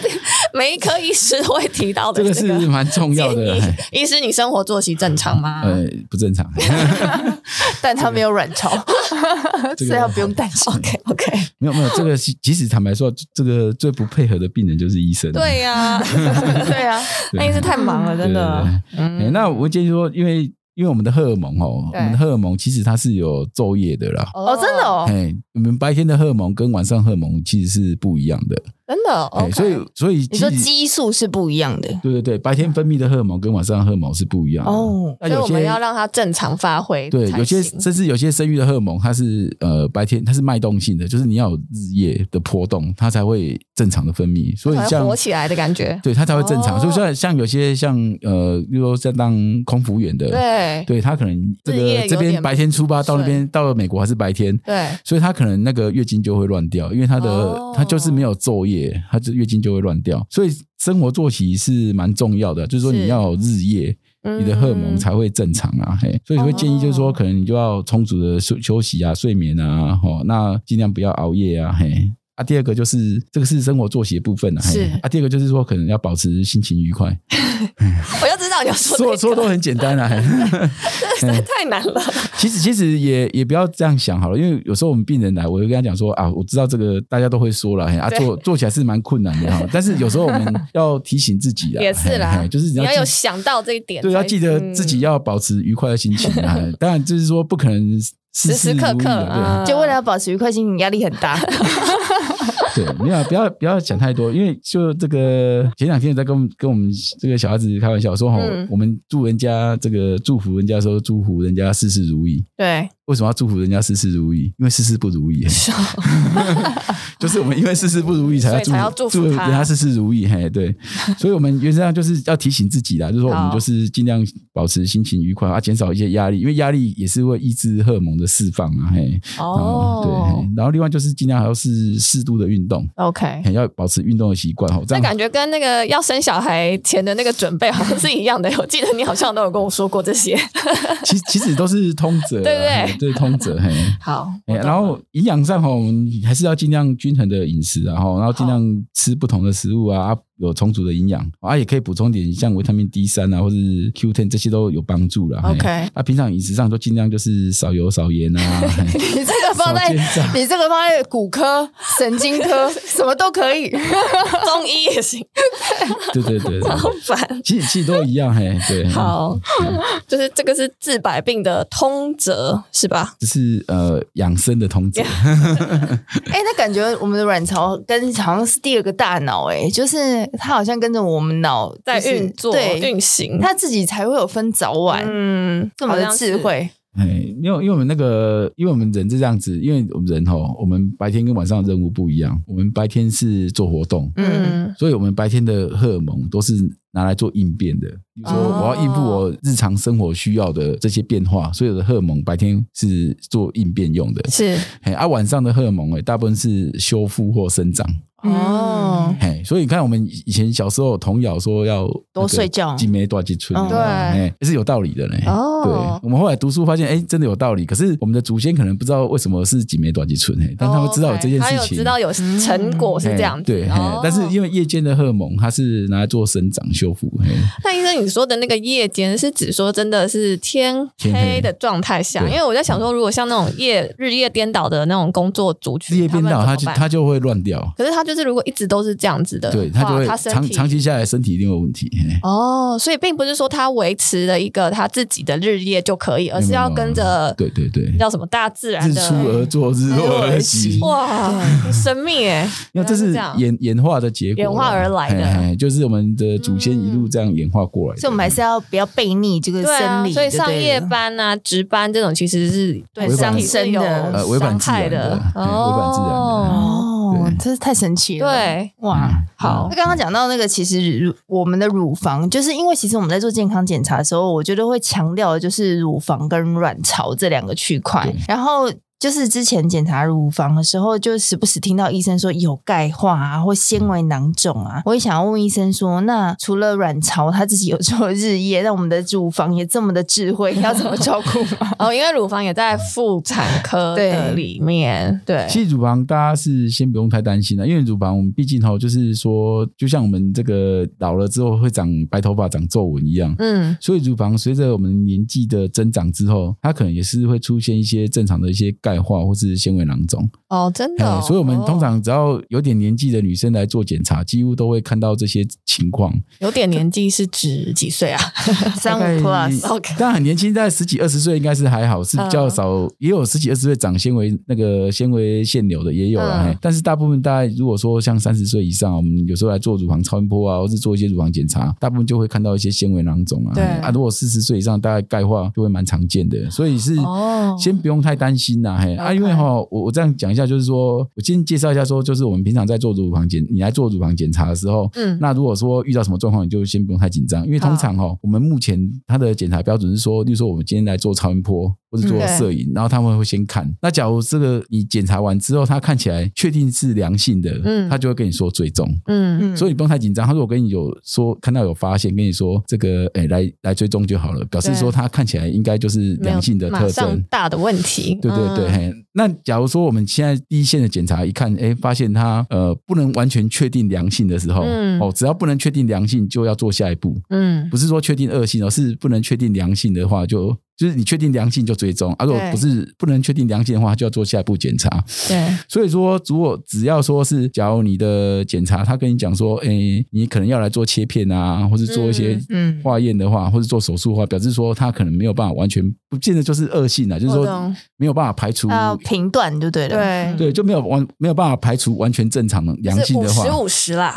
Speaker 2: 每一科医师都会提到的。
Speaker 3: 这个是蛮重要的。
Speaker 2: 建议啊
Speaker 3: 哎
Speaker 2: 医师，你生活作息正常吗？
Speaker 3: 呃，不正常， *laughs*
Speaker 1: 但它没有卵巢，
Speaker 3: 这
Speaker 1: 所以
Speaker 3: 个
Speaker 1: 它不用担心。
Speaker 2: OK OK，
Speaker 3: 没有没有，这个是即使坦白说，这个最不配合的病人就是医生。
Speaker 2: *laughs*
Speaker 3: 啊
Speaker 2: 对
Speaker 3: *laughs*
Speaker 2: 呀，
Speaker 1: 对啊，
Speaker 3: 对，
Speaker 2: 那医师太忙了，真的
Speaker 3: 对。对对哎
Speaker 1: 嗯，
Speaker 3: 那我建议说，因为因为我们的荷尔蒙哦，我
Speaker 2: 对
Speaker 3: 们的荷尔蒙其实它是有昼夜的啦。
Speaker 1: 哦，真的，哦，
Speaker 3: 哎，我们白天的荷尔蒙跟晚上荷尔蒙其实是不一样的，
Speaker 2: 真的哦。
Speaker 3: 哎，
Speaker 2: OK
Speaker 3: 所以所以
Speaker 1: 你说
Speaker 3: 其实
Speaker 1: 激素是不一样的
Speaker 3: 对对对，白天分泌的荷尔蒙跟晚上的荷尔蒙是不一样的。
Speaker 1: 哦，
Speaker 3: 那
Speaker 2: 所以
Speaker 3: 有
Speaker 2: 我们
Speaker 3: 些
Speaker 2: 要让它正常发挥才
Speaker 3: 对
Speaker 2: 行。
Speaker 3: 有些甚至有些生育的荷尔蒙，它是呃白天它是脉动性的，就是你要有日夜的波动，它才会正常的分泌。所以
Speaker 2: 才会
Speaker 3: 像
Speaker 2: 活起来的感觉。
Speaker 3: 对它才会正常。
Speaker 2: 哦
Speaker 3: 所以像像有些像呃，比如说像当空服员的，
Speaker 2: 对
Speaker 3: 对他可能这
Speaker 2: 日夜
Speaker 3: 个
Speaker 2: 有
Speaker 3: 这边
Speaker 2: 点
Speaker 3: 白天出发到那边到了美国还是白天，
Speaker 2: 对，
Speaker 3: 所以她可能那个月经就会乱掉，因为她的
Speaker 2: 哦
Speaker 3: 她就是没有昼夜，她就月经就会乱掉。所以生活作息是蛮重要的，就是说
Speaker 2: 是
Speaker 3: 你要有日夜，你的荷尔蒙
Speaker 2: 嗯
Speaker 3: 才会正常啊。嘿，所以会建议就是说，
Speaker 2: 哦
Speaker 3: 可能你就要充足的休休息啊、睡眠啊，哦，那尽量不要熬夜啊，嘿。啊，第二个就是这个是生活作息的部分啊。嘿
Speaker 2: 是
Speaker 3: 啊，第二个就是说，可能要保持心情愉
Speaker 2: *laughs*
Speaker 3: 快。
Speaker 2: 我就知道你要说
Speaker 3: 说
Speaker 2: 这
Speaker 3: 说
Speaker 2: 个
Speaker 3: 都很简单啊。嘿
Speaker 2: 真的太难了。
Speaker 3: 其实其实也也不要这样想好了，因为有时候我们病人来，我就跟他讲说啊，我知道这个大家都会说了，嘿啊
Speaker 2: 对
Speaker 3: 做做起来是蛮困难
Speaker 2: *laughs*
Speaker 3: 的哈，但是有时候我们要提醒自己啊，
Speaker 2: 也是
Speaker 3: 嘿
Speaker 2: 啦
Speaker 3: 嘿， *laughs* 就是你
Speaker 2: 你
Speaker 3: 要
Speaker 2: 要
Speaker 3: 记
Speaker 2: 有想到这一点才，
Speaker 3: 对，要记得自己
Speaker 2: 嗯
Speaker 3: 要保持愉快的心情
Speaker 2: *laughs*
Speaker 3: 啊，嘿当然就是说不可能时
Speaker 2: 时时刻刻啊，
Speaker 1: 就为
Speaker 3: 嗯
Speaker 1: 了要保持愉快心情，压力很
Speaker 3: *laughs*
Speaker 1: 大。
Speaker 3: 对对，没有不要不要想太多，因为就这个前两天在跟我们跟我们这个小孩子开玩笑说哈
Speaker 2: 嗯，
Speaker 3: 我们祝人家这个祝福人家的时候，祝福人家事事如意。
Speaker 2: 对
Speaker 3: 为什么要祝福人家事事如意？因为事事不如意，嘿 *laughs*
Speaker 2: *laughs*
Speaker 3: 就是我们因为事事不如意才要
Speaker 2: 哦所以
Speaker 3: 祝
Speaker 2: 才要祝福
Speaker 3: 人
Speaker 2: 他
Speaker 3: 家事事如意，嘿，对。所以我们原则上就是要提醒自己啦，就是说我们
Speaker 2: 好
Speaker 3: 就是尽量保持心情愉快啊，减少一些压力，因为压力也是会抑制荷尔蒙的释放啊，嘿。
Speaker 2: 哦
Speaker 3: 嗯对，嘿然后另外就是尽量还要是适度的运动，
Speaker 2: ，OK。
Speaker 3: 嘿要保持运动的习惯哦。这
Speaker 2: 那
Speaker 3: 样
Speaker 2: 感觉跟那个要生小孩前的那个准备好像是一样的。我记得你好像都有跟我说过这些。
Speaker 3: 其其实都是通则
Speaker 2: *laughs*
Speaker 3: 啦，啊
Speaker 2: 对不对
Speaker 3: 嘿对通则，嘿。
Speaker 2: 好，
Speaker 3: 哎、然后营养上哈，我们还是要尽量均衡的饮食啊，然后然后尽量吃不同的食物啊，啊有充足的营养啊，也可以补充点像维他命 D 三啊，或是 Q ten 这些都有帮助啦。嘿
Speaker 1: OK
Speaker 3: 啊，平常饮食上都尽量就是少油少盐啊，嘿
Speaker 2: *laughs*
Speaker 1: 你这个放在
Speaker 3: 少见照
Speaker 1: 你这个放在骨科、神经
Speaker 3: *laughs*
Speaker 1: 科，什么都可以。
Speaker 2: *laughs* 中医也行，
Speaker 3: 对对对对，
Speaker 2: 好烦。
Speaker 3: 其实其实都一样嘿，对，
Speaker 2: 好
Speaker 3: 嗯，
Speaker 2: 就是这个是治百病的通则，是吧？
Speaker 3: 只是呃养生的通则，
Speaker 1: 哎、那感觉我们的卵巢跟好像是第二个大脑，哎，就是它好像跟着我们脑
Speaker 2: 在
Speaker 1: 就是
Speaker 2: 运作、
Speaker 1: 对，
Speaker 2: 运行。
Speaker 1: 它自己才会有分早晚，
Speaker 2: 嗯，
Speaker 1: 这么的智慧。
Speaker 3: 哎，因为因为我们那个，因为我们人是这样子，因为我们人吼，我们白天跟晚上的任务不一样，我们白天是做活动，
Speaker 2: 好像是，
Speaker 1: 嗯
Speaker 2: 嗯，
Speaker 3: 所以我们白天的荷尔蒙都是拿来做应变的，比如说
Speaker 2: 哦
Speaker 3: 我要应付我日常生活需要的这些变化，所有的荷尔蒙白天是做应变用的，
Speaker 2: 是
Speaker 3: 嘿，啊晚上的荷尔蒙哎，大部分是修复或生长，
Speaker 2: 嗯
Speaker 1: 哦，
Speaker 3: 嘿，所以你看我们以以前小时候童谣说要
Speaker 1: 多睡觉
Speaker 3: 金梅多几春，
Speaker 1: 嗯
Speaker 3: 有没有哎是有道理的嘞，
Speaker 2: 哦
Speaker 3: 对，我们后来读书发现，哎，真的有道理，可是我们的祖先可能不知道为什么是几梅多几春，嘿，但他们知道有这件
Speaker 2: 哦他
Speaker 3: 事
Speaker 2: 有
Speaker 3: 情，
Speaker 2: 知道有成果是这样
Speaker 3: 嘿
Speaker 2: 子。
Speaker 3: 对，嘿
Speaker 2: 嗯哦
Speaker 3: 但是因为夜间的荷尔蒙，它是拿来做生长修复，嘿，
Speaker 2: 那医生，你说的那个夜间是指说真的是天
Speaker 3: 天黑
Speaker 2: 黑的状态下？
Speaker 3: 对
Speaker 2: 因为我在想说，如果像那种夜日夜颠倒的那种工作族
Speaker 3: 日
Speaker 2: 群，
Speaker 3: 夜颠倒，它
Speaker 2: 他们
Speaker 3: 就
Speaker 2: 怎么办
Speaker 3: 它就会乱掉，
Speaker 2: 可是他就是如果一直都是这样子的话，
Speaker 3: 对，它就会
Speaker 2: 他身
Speaker 3: 长
Speaker 2: 体
Speaker 3: 长期下来身体一定有问题，嘿，
Speaker 2: 哦，所以并不是说他维持了一个他自己的日夜就可以，而是
Speaker 3: 嗯
Speaker 2: 要跟着
Speaker 3: 对对对
Speaker 2: 那，叫什么大自然
Speaker 3: 日
Speaker 2: 的
Speaker 3: 出而作，日落而息
Speaker 1: 日，落而息
Speaker 2: 哇，很神秘哎，
Speaker 3: 那这
Speaker 2: 原来
Speaker 3: 是
Speaker 2: 这样
Speaker 3: 演演化的结果啦，
Speaker 2: 演化而来的嗯
Speaker 3: 嘿嘿就是我们的祖先一路这样演化过来的，
Speaker 1: 所以我们还是要不要背逆这个
Speaker 2: 对
Speaker 1: 生
Speaker 2: 啊，
Speaker 1: 理就对了、
Speaker 2: 所以上夜班啊、值班这种其实是对
Speaker 1: 违
Speaker 3: 反
Speaker 2: 身体是有
Speaker 1: 呃
Speaker 3: 违反
Speaker 2: 伤
Speaker 3: 自然
Speaker 2: 害
Speaker 3: 的
Speaker 2: 哦
Speaker 3: 对违反自然的
Speaker 1: 哦
Speaker 3: 对，
Speaker 1: 这是太神奇了。
Speaker 2: 对，
Speaker 1: 哇，
Speaker 3: 嗯
Speaker 2: 好
Speaker 1: 那刚刚讲到那个，其实乳我们的乳房，就是因为其实我们在做健康检查的时候，我觉得会强调的就是乳房跟卵巢这两个区块
Speaker 3: 对，
Speaker 1: 然后。就是之前检查乳房的时候，就时不时听到医生说有钙化啊，或纤维囊肿啊。我也想要问医生说，那除了卵巢它自己有做日夜，那我们的乳房也这么的智慧，要怎么照顾
Speaker 3: *laughs*
Speaker 1: 吗？
Speaker 2: 哦，因为乳房也在妇产科的
Speaker 1: 对
Speaker 2: 里面，对，
Speaker 3: 其实乳房大家是先不用太担心了，因为乳房我们毕竟吼，就是说，就像我们这个老了之后会长白头发、长皱纹一样，
Speaker 2: 嗯，
Speaker 3: 所以乳房随着我们年纪的增长之后，它可能也是会出现一些正常的一些钙化或是纤维囊肿。
Speaker 2: 哦，真
Speaker 3: 哎、
Speaker 2: 的哦，
Speaker 3: 所以我们通
Speaker 2: 哦
Speaker 3: 常只要有点年纪的女生来做检查，几乎都会看到这些情况。
Speaker 2: 有点年纪是指几岁啊？
Speaker 1: 三五 plus，
Speaker 2: OK 嗯
Speaker 3: 但很年轻，在十几二十岁应该是还好，是比较少，也有十几二十岁长纤维那个纤维腺瘤的也有啦。
Speaker 2: 嗯
Speaker 3: 嘿但是大部分大概如果说像三十岁以上，我们有时候来做乳房超音波啊，或是做一些乳房检查，大部分就会看到一些纤维囊肿啊。
Speaker 2: 对
Speaker 3: 啊，如果四十岁以上，大概钙化就会蛮常见的，所以是
Speaker 2: 哦
Speaker 3: 先不用太担心啦。嘿，啊，
Speaker 2: OK
Speaker 3: 因为哈，我我这样讲一下，就是说我先介绍一下说，就是我们平常在做乳房检，你来做乳房检查的时候，
Speaker 2: 嗯
Speaker 3: 那如果说遇到什么状况，你就先不用太紧张，因为通常哦，我们目前它的检查标准是说，例如说我们今天来做超音波或者做
Speaker 2: 嗯
Speaker 3: 摄影，然后他们会先看。那假如这个你检查完之后，它看起来确定是良性的，
Speaker 2: 嗯
Speaker 3: 他就会跟你说追踪。
Speaker 2: 嗯，
Speaker 1: 嗯
Speaker 3: 所以你不用太紧张。他如果跟你有说看到有发现，跟你说这个，哎、来来追踪就好了，表示
Speaker 2: 对
Speaker 3: 说它看起来应该就是
Speaker 2: 没有
Speaker 3: 良性的
Speaker 2: 马
Speaker 3: 特
Speaker 2: 上
Speaker 3: 征。
Speaker 2: 大的问题，
Speaker 3: 对对对，
Speaker 2: 嗯
Speaker 3: 嘿，那假如说我们现在第一线的检查一看，哎，发现它呃不能完全确定良性的时候，
Speaker 2: 嗯
Speaker 3: 哦，只要不能确定良性，就要做下一步，
Speaker 2: 嗯，
Speaker 3: 不是说确定恶性哦，是不能确定良性的话就。就是你确定良性就追踪，啊，如果
Speaker 2: 对
Speaker 3: 不是不能确定良性的话，就要做下一步检查。
Speaker 2: 对，
Speaker 3: 所以说，如果只要说是，假如你的检查他跟你讲说，诶，你可能要来做切片啊，或是做一些
Speaker 1: 嗯
Speaker 3: 化验的话，或是做手术的话，表示说他可能没有办法完全不见得就是恶性啊，就是
Speaker 2: 我
Speaker 3: 说
Speaker 2: 懂
Speaker 3: 没有办法排除，
Speaker 2: 啊
Speaker 1: 要评断就对了。
Speaker 2: 对
Speaker 3: 对，就没有完没有办法排除完全正常的良性的
Speaker 2: 嗯五十
Speaker 3: 话，
Speaker 2: 五十啦，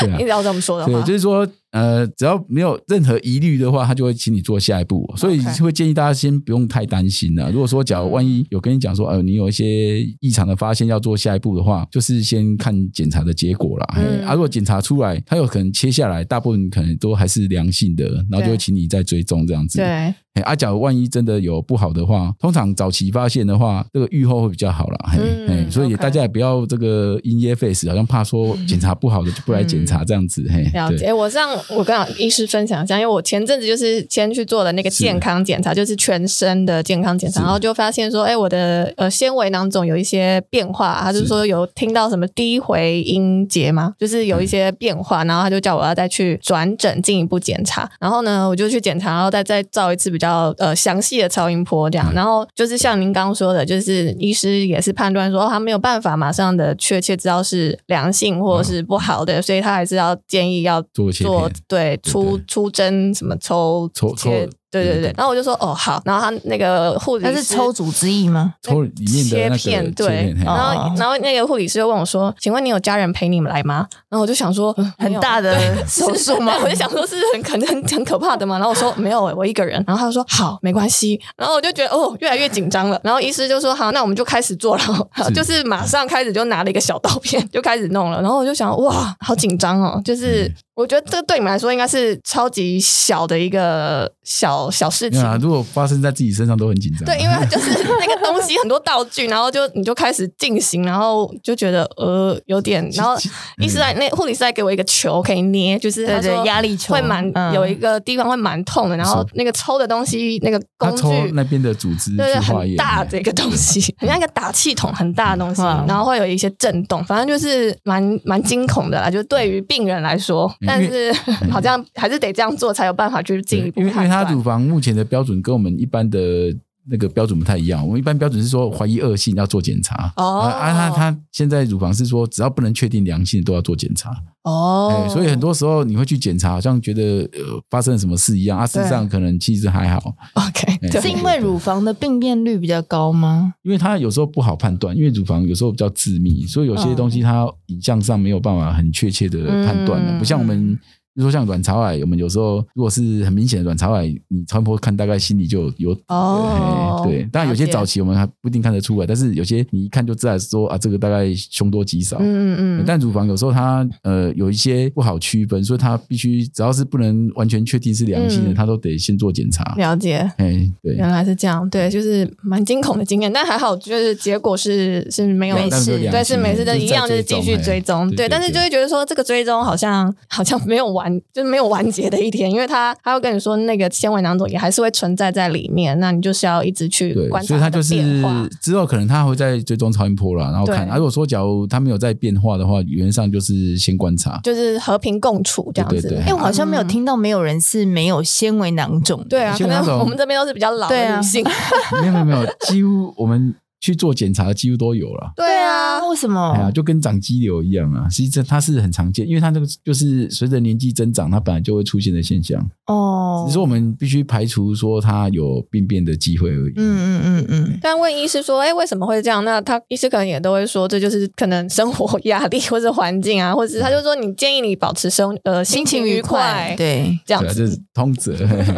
Speaker 3: 对啊
Speaker 2: *laughs* 一定，要这么说的
Speaker 3: 对，
Speaker 2: 话
Speaker 3: 就，是说呃，只要没有任何疑虑的话，他就会请你做下一步。所以
Speaker 2: OK
Speaker 3: 会建议大家先不用太担心了。如果说假如万一有跟你讲说，呃，你有一些异常的发现要做下一步的话，就是先看检查的结果啦。嘿
Speaker 1: 嗯
Speaker 3: 啊，如果检查出来它有可能切下来，大部分可能都还是良性的，然后就
Speaker 1: 对
Speaker 3: 会请你再追踪这样子。
Speaker 1: 对，
Speaker 3: 嘿啊，假如万一真的有不好的话，通常早期发现的话，这个预后会比较好啦。嘿，
Speaker 2: 嗯
Speaker 3: 嘿所以
Speaker 2: OK
Speaker 3: 大家也不要这个因噎废食，好像怕说检查不好的就不来检查这样子。嘿，
Speaker 2: 嗯了解，
Speaker 3: 对，
Speaker 2: 诶我这样我跟医师分享一下，因为我前阵子就是先去做了那个
Speaker 3: 是
Speaker 2: 健康检查，就是全身的健康检查，
Speaker 3: 是
Speaker 2: 然后就发现说，哎、我的呃纤维囊肿有一些变化，他就是说有听到什么低回音节嘛，就是有一些变化，然后他就叫我要再去转诊进一步检查，然后呢，我就去检查，然后再再照一次比较呃详细的超音波这样，
Speaker 3: 嗯
Speaker 2: 然后就是像您刚刚说的，就是医师也是判断说、哦、他没有办法马上的确切知道是良性或者是不好的，所以他还是要建议要
Speaker 3: 做切片
Speaker 2: 做对出
Speaker 3: 对
Speaker 2: 出针什么抽
Speaker 3: 抽
Speaker 2: 切
Speaker 3: 抽
Speaker 2: 对对对
Speaker 3: 嗯，
Speaker 2: 然后我就说哦好，然后他那个护理
Speaker 1: 它是
Speaker 2: 师
Speaker 1: 抽组之一吗？
Speaker 3: 抽里面的那个
Speaker 2: 呃切片对
Speaker 3: 切片嘿
Speaker 1: 哦
Speaker 2: 然后，然后那个护理师就问我说：“请问你有家人陪你们来吗？”然后我就想说，嗯
Speaker 1: 很
Speaker 2: 没有
Speaker 1: 大 *laughs* 的手术
Speaker 3: *laughs*
Speaker 1: 吗
Speaker 2: 对我就想说是很可能很可怕的嘛。然后我说没有、欸，我一个人。然后他就说好，没关系。然后我就觉得哦，越来越紧张了。然后医师就说好，那我们就开始做
Speaker 3: *laughs*
Speaker 2: 了，
Speaker 3: 是
Speaker 2: 就是马上开始就拿了一个小刀片就开始弄了。然后我就想哇，好紧张哦，就是
Speaker 3: 嗯。
Speaker 2: 我觉得这对你们来说应该是超级小的一个小小事
Speaker 3: 没
Speaker 2: 情
Speaker 3: 有，啊，如果发生在自己身上都很紧张。啊
Speaker 2: 对，因为就是 *laughs* 那个东西很多道具，然后就你就开始进行，然后就觉得呃有点，然后医师在
Speaker 3: 嗯
Speaker 2: 那护理师在给我一个球可以捏，就是
Speaker 1: 对
Speaker 2: 他
Speaker 1: 对
Speaker 2: 说，
Speaker 1: 压力球
Speaker 2: 会蛮
Speaker 1: 嗯
Speaker 2: 有一个地方会蛮痛的，然后那个抽的东西那个
Speaker 3: 他
Speaker 2: 工
Speaker 3: 抽
Speaker 2: 具
Speaker 3: 那边的组织
Speaker 2: 对
Speaker 3: 去
Speaker 2: 对，
Speaker 3: 化
Speaker 2: 很
Speaker 3: 验，
Speaker 2: 大
Speaker 3: 嘿
Speaker 2: 的一个东西，很像一个打气筒，很大的东西
Speaker 1: 哇，哦
Speaker 2: 然后会有一些震动，反正就是蛮蛮惊恐的啦。就对于病人来说，
Speaker 3: 嗯
Speaker 2: 但
Speaker 3: 因
Speaker 2: 是 *laughs* 好像还是得这样做才有办法去进一步
Speaker 3: 因为因为
Speaker 2: 判
Speaker 3: 它
Speaker 2: 断。
Speaker 3: 乳房目前的标准跟我们一般的那个标准不太一样，我们一般标准是说怀疑恶性要做检查。
Speaker 2: 哦
Speaker 3: 啊啊，他他现在乳房是说，只要不能确定良性都要做检查，
Speaker 2: 哦
Speaker 3: 哎，所以很多时候你会去检查，好像觉得呃发生了什么事一样，啊，事实上可能其实还好，
Speaker 2: *laughs* OK
Speaker 3: 哎
Speaker 2: 对
Speaker 1: 是因为乳房的病变率比较高吗？
Speaker 3: 因为它有时候不好判断，因为乳房有时候比较致密，所以有些东西它影像上没有办法很确切的判断的，
Speaker 2: 嗯
Speaker 3: 不像我们。比如说像卵巢癌，我们有时候如果是很明显的卵巢癌，你超音波看大概心里就有
Speaker 2: 哦
Speaker 3: 对，对当然有些早期我们还不一定看得出来，但是有些你一看就知道说啊，这个大概凶多吉少。
Speaker 2: 嗯嗯嗯，
Speaker 3: 但乳房有时候它呃有一些不好区分，所以它必须只要是不能完全确定是良性的，
Speaker 2: 嗯
Speaker 3: 它都得先做检查。
Speaker 2: 了解。
Speaker 3: 哎，对，
Speaker 2: 原来是这样，对，就是蛮惊恐的经验，但还好，就是结果是是没有
Speaker 1: 没事
Speaker 2: 对，是没事，但一样就是继
Speaker 3: 哎
Speaker 2: 续追踪，对，但是就会觉得说这个追踪好像好像没有完，就是没有完结的一天，因为他他会跟你说那个纤维囊肿也还是会存在在里面，那你就是要一直去
Speaker 3: 对，
Speaker 2: 观察
Speaker 3: 所以
Speaker 2: 它
Speaker 3: 它
Speaker 2: 的
Speaker 3: 就是
Speaker 2: 变化，
Speaker 3: 之后可能它会在追踪超音波啦，然后看。
Speaker 2: 对
Speaker 3: 啊如果说假如它没有在变化的话，原则上就是先观察。
Speaker 2: 就是和平共处这样
Speaker 3: 对
Speaker 2: 子哎
Speaker 3: 对啊对。
Speaker 1: 因为哎我好像没有听到没有人是没有纤维囊肿的。
Speaker 2: 对啊，
Speaker 3: 纤
Speaker 2: 可
Speaker 3: 维
Speaker 2: 能
Speaker 3: 囊肿
Speaker 2: 我们这边都是比较老
Speaker 1: 对
Speaker 2: 的
Speaker 1: 啊
Speaker 2: 女性， *laughs*
Speaker 3: 没有没有没有，几乎我们去做检查几乎都有了。
Speaker 2: 对啊，
Speaker 1: 为什
Speaker 3: 哎呀，
Speaker 1: 么？
Speaker 3: 就跟长肌瘤一样啊，实际上它是很常见，因为它这个就是随着年纪增长，它本来就会出现的现象。
Speaker 1: 哦
Speaker 3: 只是说我们必须排除说它有病变的机会而已。
Speaker 1: 嗯嗯嗯嗯，
Speaker 2: 但问医师说，哎、为什么会这样？那他医师可能也都会说，这就是可能生活压力或者环境啊，或者是他就说，你建议你保持生呃心情愉快，，
Speaker 1: 对，
Speaker 2: 这样
Speaker 3: 对啊，
Speaker 2: 子
Speaker 3: 这是通则。 *laughs*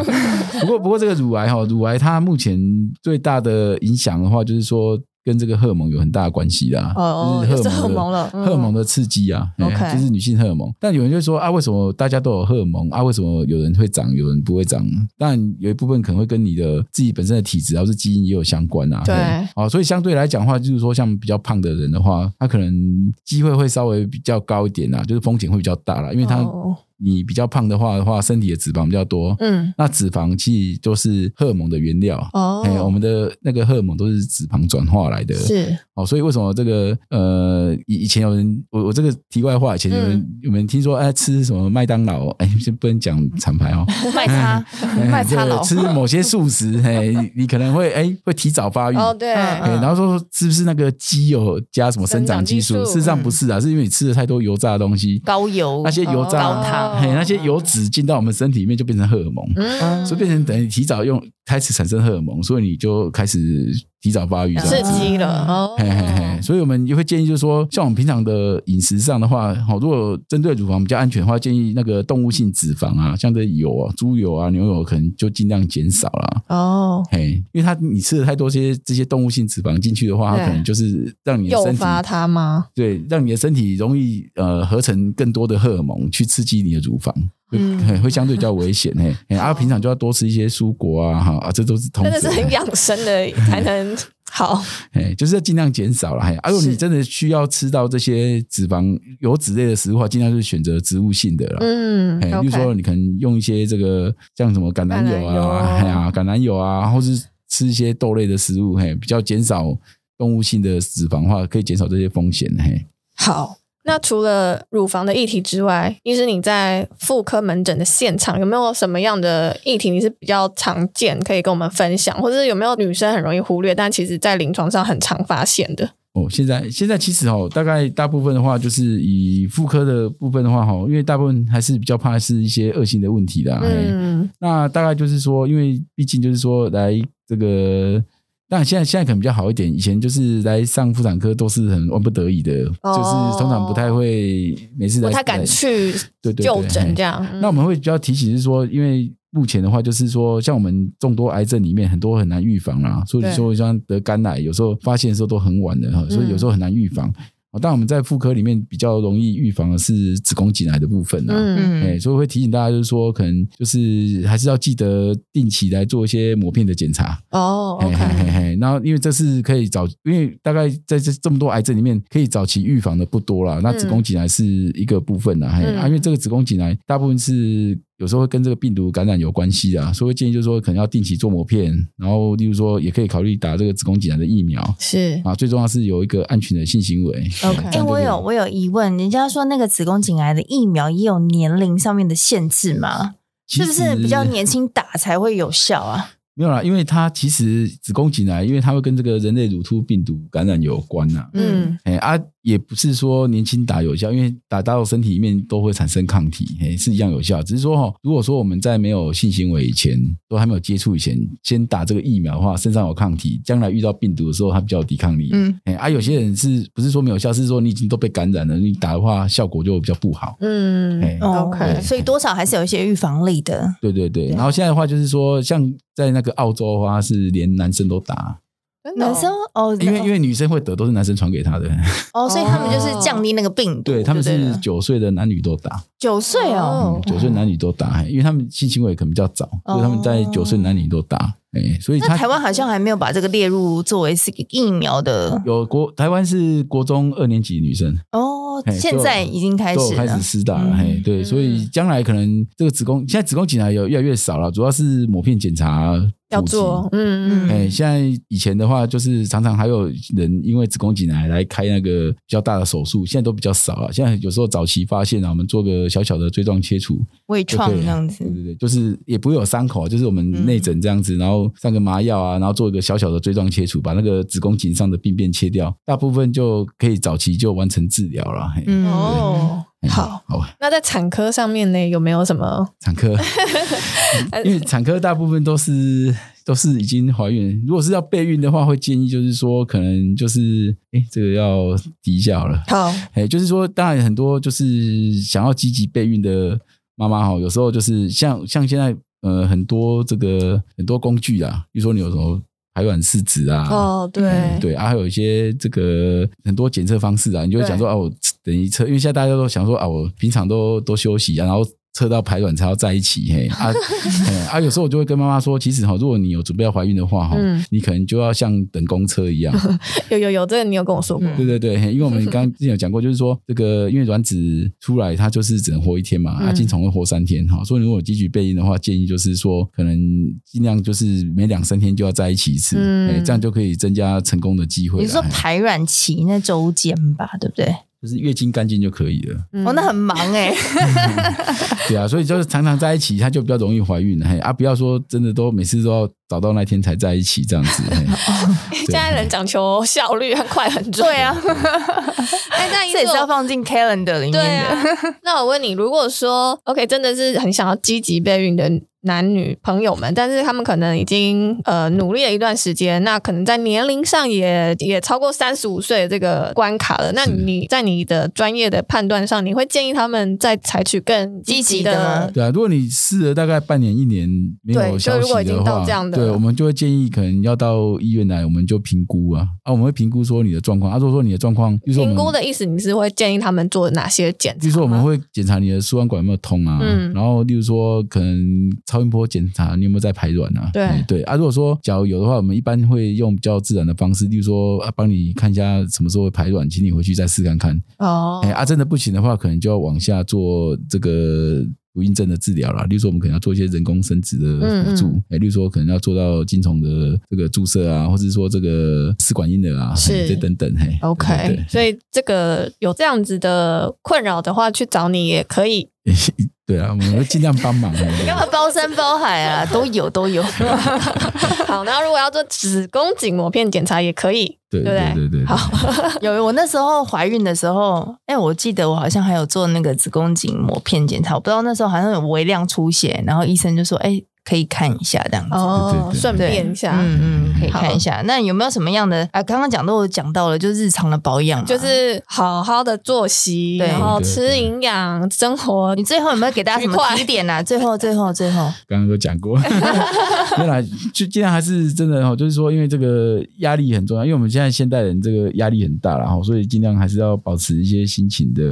Speaker 3: 不过，不过这个乳癌哈，乳癌它目前最大的影响的话，就是说跟这个荷尔蒙有很大的关系啦。
Speaker 2: 哦
Speaker 3: 就是
Speaker 2: 是荷
Speaker 3: 荷尔
Speaker 2: 尔
Speaker 3: 蒙
Speaker 2: 蒙
Speaker 3: 的
Speaker 2: 了，嗯
Speaker 3: 荷尔蒙的刺激啊，哎
Speaker 2: OK
Speaker 3: 就是女性荷尔蒙。但有人就说啊，为什么大家都有荷尔蒙啊？为什么有人会长，有人不会长？当然有一部分可能会跟你的自己本身的体质，然后啊是基因也有相关啊。
Speaker 2: 对
Speaker 3: 哎哦，所以相对来讲的话，就是说像比较胖的人的话，他可能机会会稍微比较高一点啊，就是风险会比较大啦，因为他
Speaker 2: 哦
Speaker 3: 你比较胖的话的话，身体的脂肪比较多，
Speaker 2: 嗯
Speaker 3: 那脂肪其实就是荷尔蒙的原料。
Speaker 2: 哦
Speaker 3: 哎，我们的那个荷尔蒙都是脂肪转化来的，
Speaker 2: 是
Speaker 3: 哦，所以为什么这个呃，以以前有人，我我这个题外话，以前有人、
Speaker 2: 嗯
Speaker 3: 有人听说，哎，吃什么麦当劳， *laughs* 哎，先不能讲厂牌
Speaker 2: *laughs*
Speaker 3: 哦，
Speaker 1: 卖它
Speaker 3: 哎
Speaker 1: 卖它
Speaker 3: 这
Speaker 1: 老
Speaker 3: 个吃某些素食，哎，你你可能会哎会提早发育，
Speaker 2: 哦对，
Speaker 1: 嗯
Speaker 3: 哎、然后说是不是那个鸡有加什么生长激素？
Speaker 2: 生长激素嗯
Speaker 3: 事实上不是啊，是因为你吃了太多油炸的东西，
Speaker 1: 高油
Speaker 3: 那些油炸、
Speaker 1: 高糖
Speaker 3: 嘿，那些油脂进到我们身体里面就变成荷尔蒙，
Speaker 2: 哦嗯
Speaker 3: 所以变成等于提早用开始产生荷尔蒙，所以你就开始提早发育这样
Speaker 2: 刺
Speaker 3: 子。
Speaker 2: 激了哦
Speaker 3: 嘿嘿嘿，所以我们也会建议，就是说，像我们平常的饮食上的话，好，如果针对乳房比较安全的话，建议那个动物性脂肪啊，像这油啊、猪油啊、牛油，可能就尽量减少啦。
Speaker 2: 哦，
Speaker 3: 嘿，因为它你吃了太多这些这些动物性脂肪进去的话，它
Speaker 2: 对
Speaker 3: 可能就是让你的
Speaker 2: 诱
Speaker 3: 身体
Speaker 2: 发它吗？
Speaker 3: 对，让你的身体容易呃合成更多的荷尔蒙去刺激你的乳房。会
Speaker 2: 嗯
Speaker 3: 嘿会相对比较危险嘿，嘿啊，平常就要多吃一些蔬果啊，哈啊，这都是通
Speaker 2: 真的是
Speaker 3: 则
Speaker 2: 很养生的，才能好
Speaker 3: 哎，就是要尽量减少了。哎，啊如果
Speaker 2: 是
Speaker 3: 你真的需要吃到这些脂肪、油脂类的食物的话，尽量就是选择植物性的啦。
Speaker 2: 嗯
Speaker 3: 哎，
Speaker 2: ，OK
Speaker 3: 例如说你可能用一些这个像什么橄榄
Speaker 2: 橄
Speaker 3: 油
Speaker 2: 榄油
Speaker 3: 啊，哎呀，橄榄油啊，或是吃一些豆类的食物，嘿，比较减少动物性的脂肪的话，可以减少这些风险。嘿，
Speaker 2: 好。那除了乳房的议题之外，医师你在妇科门诊的现场有没有什么样的议题你是比较常见，可以跟我们分享，或者是有没有女生很容易忽略，但其实在临床上很常发现的？
Speaker 3: 哦，现在现在其实哦，大概大部分的话，就是以妇科的部分的话，哈，因为大部分还是比较怕是一些恶性的问题的。嘿
Speaker 2: 嗯，
Speaker 3: 那大概就是说，因为毕竟就是说来这个，但现在现在可能比较好一点。以前就是来上妇产科都是很万不得已的，
Speaker 2: 哦
Speaker 3: 就是通常不太会每次来
Speaker 2: 不太敢去
Speaker 3: 对对对
Speaker 2: 就诊这样。
Speaker 3: 那我们会比较提醒是说，因为目前的话就是说，像我们众多癌症里面很多很难预防啦，所以
Speaker 2: 对嗯
Speaker 3: 说像得肝癌，有时候发现的时候都很晚了哈，所以有时候很难预防。哦但我们在妇科里面比较容易预防的是子宫颈癌的部分啊。
Speaker 2: 嗯，
Speaker 3: 哎、
Speaker 1: 嗯，
Speaker 3: 所以会提醒大家，就是说，可能就是还是要记得定期来做一些膜片的检查。
Speaker 2: 哦
Speaker 1: 嗯
Speaker 3: 嘿嘿嘿嘿，然后因为这是可以早，因为大概在这这么多癌症里面，可以早期预防的不多啦。那子
Speaker 1: 嗯
Speaker 3: 宫颈癌是一个部分啦，嘿、
Speaker 2: 嗯
Speaker 3: 啊，因为这个子宫颈癌大部分是有时候会跟这个病毒感染有关系啊，所以会建议就是说，可能要定期做膜片，然后例如说也可以考虑打这个子宫颈癌的疫苗
Speaker 2: 是
Speaker 3: 啊。最重要是有一个安全的性行为。
Speaker 2: OK
Speaker 3: 哎
Speaker 1: 哎、我有我有疑问，人家说那个子宫颈癌的疫苗也有年龄上面的限制吗？是不是比较年轻打才会有效啊？
Speaker 3: 没有啦，因为它其实子宫颈癌，因为它会跟这个人类乳突病毒感染有关呐、
Speaker 2: 嗯
Speaker 3: 哎、啊，也不是说年轻打有效，因为打到身体里面都会产生抗体，哎、是一样有效。只是说哈、如果说我们在没有性行为以前，都还没有接触以前，先打这个疫苗的话，身上有抗体，将来遇到病毒的时候，它比较有抵抗力。
Speaker 1: 嗯，
Speaker 3: 哎、啊，有些人是不是说没有效，是说你已经都被感染了，你打的话效果就比较不好。
Speaker 2: 嗯
Speaker 3: 哎、
Speaker 1: 哦
Speaker 2: OK
Speaker 1: 所以多少还是有一些预防力的。
Speaker 3: 对对对。
Speaker 1: 对
Speaker 3: 然后现在的话就是说，像在那个澳洲的话，是连男生都打。
Speaker 2: 真的哦
Speaker 1: 男生哦，
Speaker 3: 因为因为女生会得都是男生传给她的， *laughs*
Speaker 1: 哦，所以他们就是降低那个病毒，
Speaker 3: 对他们
Speaker 1: 就对
Speaker 3: 是
Speaker 1: 了
Speaker 3: 九岁的男女都打，
Speaker 1: 九岁哦，
Speaker 2: 哦
Speaker 3: 嗯九岁男女都打，因为他们性行为可能比较早，
Speaker 1: 哦
Speaker 3: 所以他们在九岁男女都打，哎，所以
Speaker 1: 那
Speaker 3: 他
Speaker 1: 台湾好像还没有把这个列入作为是个疫苗的
Speaker 3: 有国台湾是国中二年级女生
Speaker 1: 哦
Speaker 3: 嘿，
Speaker 1: 现在已经开
Speaker 3: 都有
Speaker 1: 始
Speaker 3: 开
Speaker 1: 了
Speaker 3: 始。施打了，
Speaker 1: 嗯
Speaker 3: 嘿，对，
Speaker 2: 嗯
Speaker 3: 所以将来可能这个子宫现在子宫颈癌有越来越少了，主要是抹片检查
Speaker 2: 要
Speaker 3: 普及
Speaker 2: 做，嗯嗯
Speaker 1: 嗯
Speaker 3: 哎、现在以前的话，就是常常还有人因为子宫颈癌来开那个比较大的手术，现在都比较少了。现在有时候早期发现啊，我们做个小小的椎状切除
Speaker 1: 微
Speaker 3: 就
Speaker 1: 创
Speaker 3: 可以了
Speaker 1: 这样子
Speaker 3: 对，对对，就是也不会有伤口啊，就是我们内诊这样子，然后上个麻药啊，然后做一个小小的椎状切除，把那个子宫颈上的病变切掉，大部分就可以早期就完成治疗了。嘿
Speaker 1: 嗯
Speaker 2: 哦
Speaker 3: 对
Speaker 2: 好。
Speaker 3: 好，
Speaker 2: 那在产科上面呢，有没有什么？
Speaker 1: *laughs*
Speaker 3: 产科，因为产科大部分都是都是已经怀孕，如果是要备孕的话，会建议就是说，可能就是哎，这个要提一下好了。
Speaker 2: 好，
Speaker 3: 哎，就是说，当然很多就是想要积极备孕的妈妈哈，有时候就是像像现在呃很多这个很多工具啊，比如说你有什么排卵试纸啊，
Speaker 2: 哦，对，
Speaker 3: 嗯对啊，还有一些这个很多检测方式啊，你就会想说啊，我等于测，因为现在大家都想说啊，我平常都都休息啊，然后测到排卵才要在一起，嘿
Speaker 2: *laughs*
Speaker 3: 啊嘿啊，有时候我就会跟妈妈说，其实哈、如果你有准备要怀孕的话哈、
Speaker 2: 嗯
Speaker 3: 你可能就要像等公车一样，
Speaker 2: 有有有，这个你有跟我说过，
Speaker 3: *laughs* 对对对，嘿因为我们刚刚之前有讲过，就是说这个因为卵子出来它就是只能活一天嘛，
Speaker 2: 嗯
Speaker 3: 啊，精虫会活三天哈，所以如果有积极备孕的话，建议就是说可能尽量就是每两三天就要在一起一次，
Speaker 2: 嗯
Speaker 3: 哎，这样就可以增加成功的机会啦。
Speaker 1: 你是说
Speaker 3: 嘿
Speaker 1: 排卵期那周间吧，对不对？
Speaker 3: 就是月经干净就可以了，
Speaker 2: 嗯
Speaker 1: 哦，那很忙哎，
Speaker 3: 对啊，所以就是常常在一起，它就比较容易怀孕了，嘿啊，不要说真的都每次都要找到那天才在一起这样子，哎嘿
Speaker 2: *laughs* 现在人讲求效率很快很
Speaker 1: *laughs*
Speaker 2: 准，
Speaker 1: 对，啊，
Speaker 2: 哎，但
Speaker 1: *laughs* 这也是要放进 calendar 里面
Speaker 2: 对
Speaker 1: 的。
Speaker 2: 啊。那我问你，如果说 OK，真的是很想要积极备孕的男女朋友们，但是他们可能已经呃努力了一段时间，那可能在年龄上也也超过三十五岁的这个关卡了。那
Speaker 3: 是
Speaker 2: 你在你的专业的判断上，你会建议他们再采取更积极
Speaker 1: 积极的吗
Speaker 2: 的？
Speaker 3: 对啊，如果你试了大概半年一年没
Speaker 2: 对
Speaker 3: 有
Speaker 2: 就
Speaker 3: 消
Speaker 2: 如果
Speaker 3: 息
Speaker 2: 已经
Speaker 3: 的
Speaker 2: 到
Speaker 3: 话，
Speaker 2: 这样的
Speaker 3: 对，我们就会建议可能要到医院来，我们就评估啊，啊，我们会评估说你的状况，啊，如果说你的状况，比如说我
Speaker 2: 评
Speaker 3: 们
Speaker 2: 估的意思，你是会建议他们做哪些检查吗？
Speaker 3: 比如说我们会检查你的输卵管有没有通啊，
Speaker 2: 嗯
Speaker 3: 然后例如说可能超音波检查你有没有在排卵啊，
Speaker 2: 对
Speaker 3: 哎对啊，如果说假如有的话，我们一般会用比较自然的方式，例如说啊帮你看一下什么时候会排卵，请你回去再试看看，
Speaker 2: 哦
Speaker 3: 哎、，啊真的不行的话，可能就要往下做这个。不孕症的治疗啦，例如说我们可能要做一些人工生殖的辅助，
Speaker 2: 嗯
Speaker 3: 哎、例如说可能要做到精虫的这个注射啊，或者说这个试管婴儿啊，
Speaker 2: 是
Speaker 3: 哎这等等，嘿
Speaker 2: OK，
Speaker 3: 嗯对对
Speaker 2: 所以这个有这样子的困扰的话，去找你也可以。 *laughs*
Speaker 3: 对啊，我们会尽量帮忙。嘿对
Speaker 1: 啊包山包海啊，都有都 *laughs* 有。
Speaker 2: 好，然后如果要做子宫颈膜片检查也可以。
Speaker 3: 对
Speaker 2: 对不
Speaker 3: 对对对，
Speaker 2: 好，
Speaker 1: 有我那时候怀孕的时候，哎、我记得我好像还有做那个子宫颈膜片检查，我不知道那时候好像有微量出血，然后医生就说，哎、可以看一下这样子。
Speaker 3: 对对
Speaker 2: 哦，
Speaker 3: 对
Speaker 2: 顺
Speaker 1: 对
Speaker 2: 便一下，
Speaker 1: 嗯嗯，可以
Speaker 2: 好
Speaker 1: 看一下。那有没有什么样的啊？刚刚讲都有讲到了，就日常的保养嘛，啊
Speaker 2: 就是好好的作息，
Speaker 1: 对
Speaker 2: 然后
Speaker 3: 对
Speaker 2: 吃
Speaker 3: 对
Speaker 2: 营养，生活
Speaker 1: 你最后有没有给大家什
Speaker 2: 愉
Speaker 1: 么
Speaker 2: 快
Speaker 1: 提点啊？最后，最后，最后，
Speaker 3: 刚刚都讲过，没有啦，就尽量还是真的哈，哦就是说，因为这个压力很重要，因为我们现在现代人这个压力很大了哈，所以尽量还是要保持一些心情的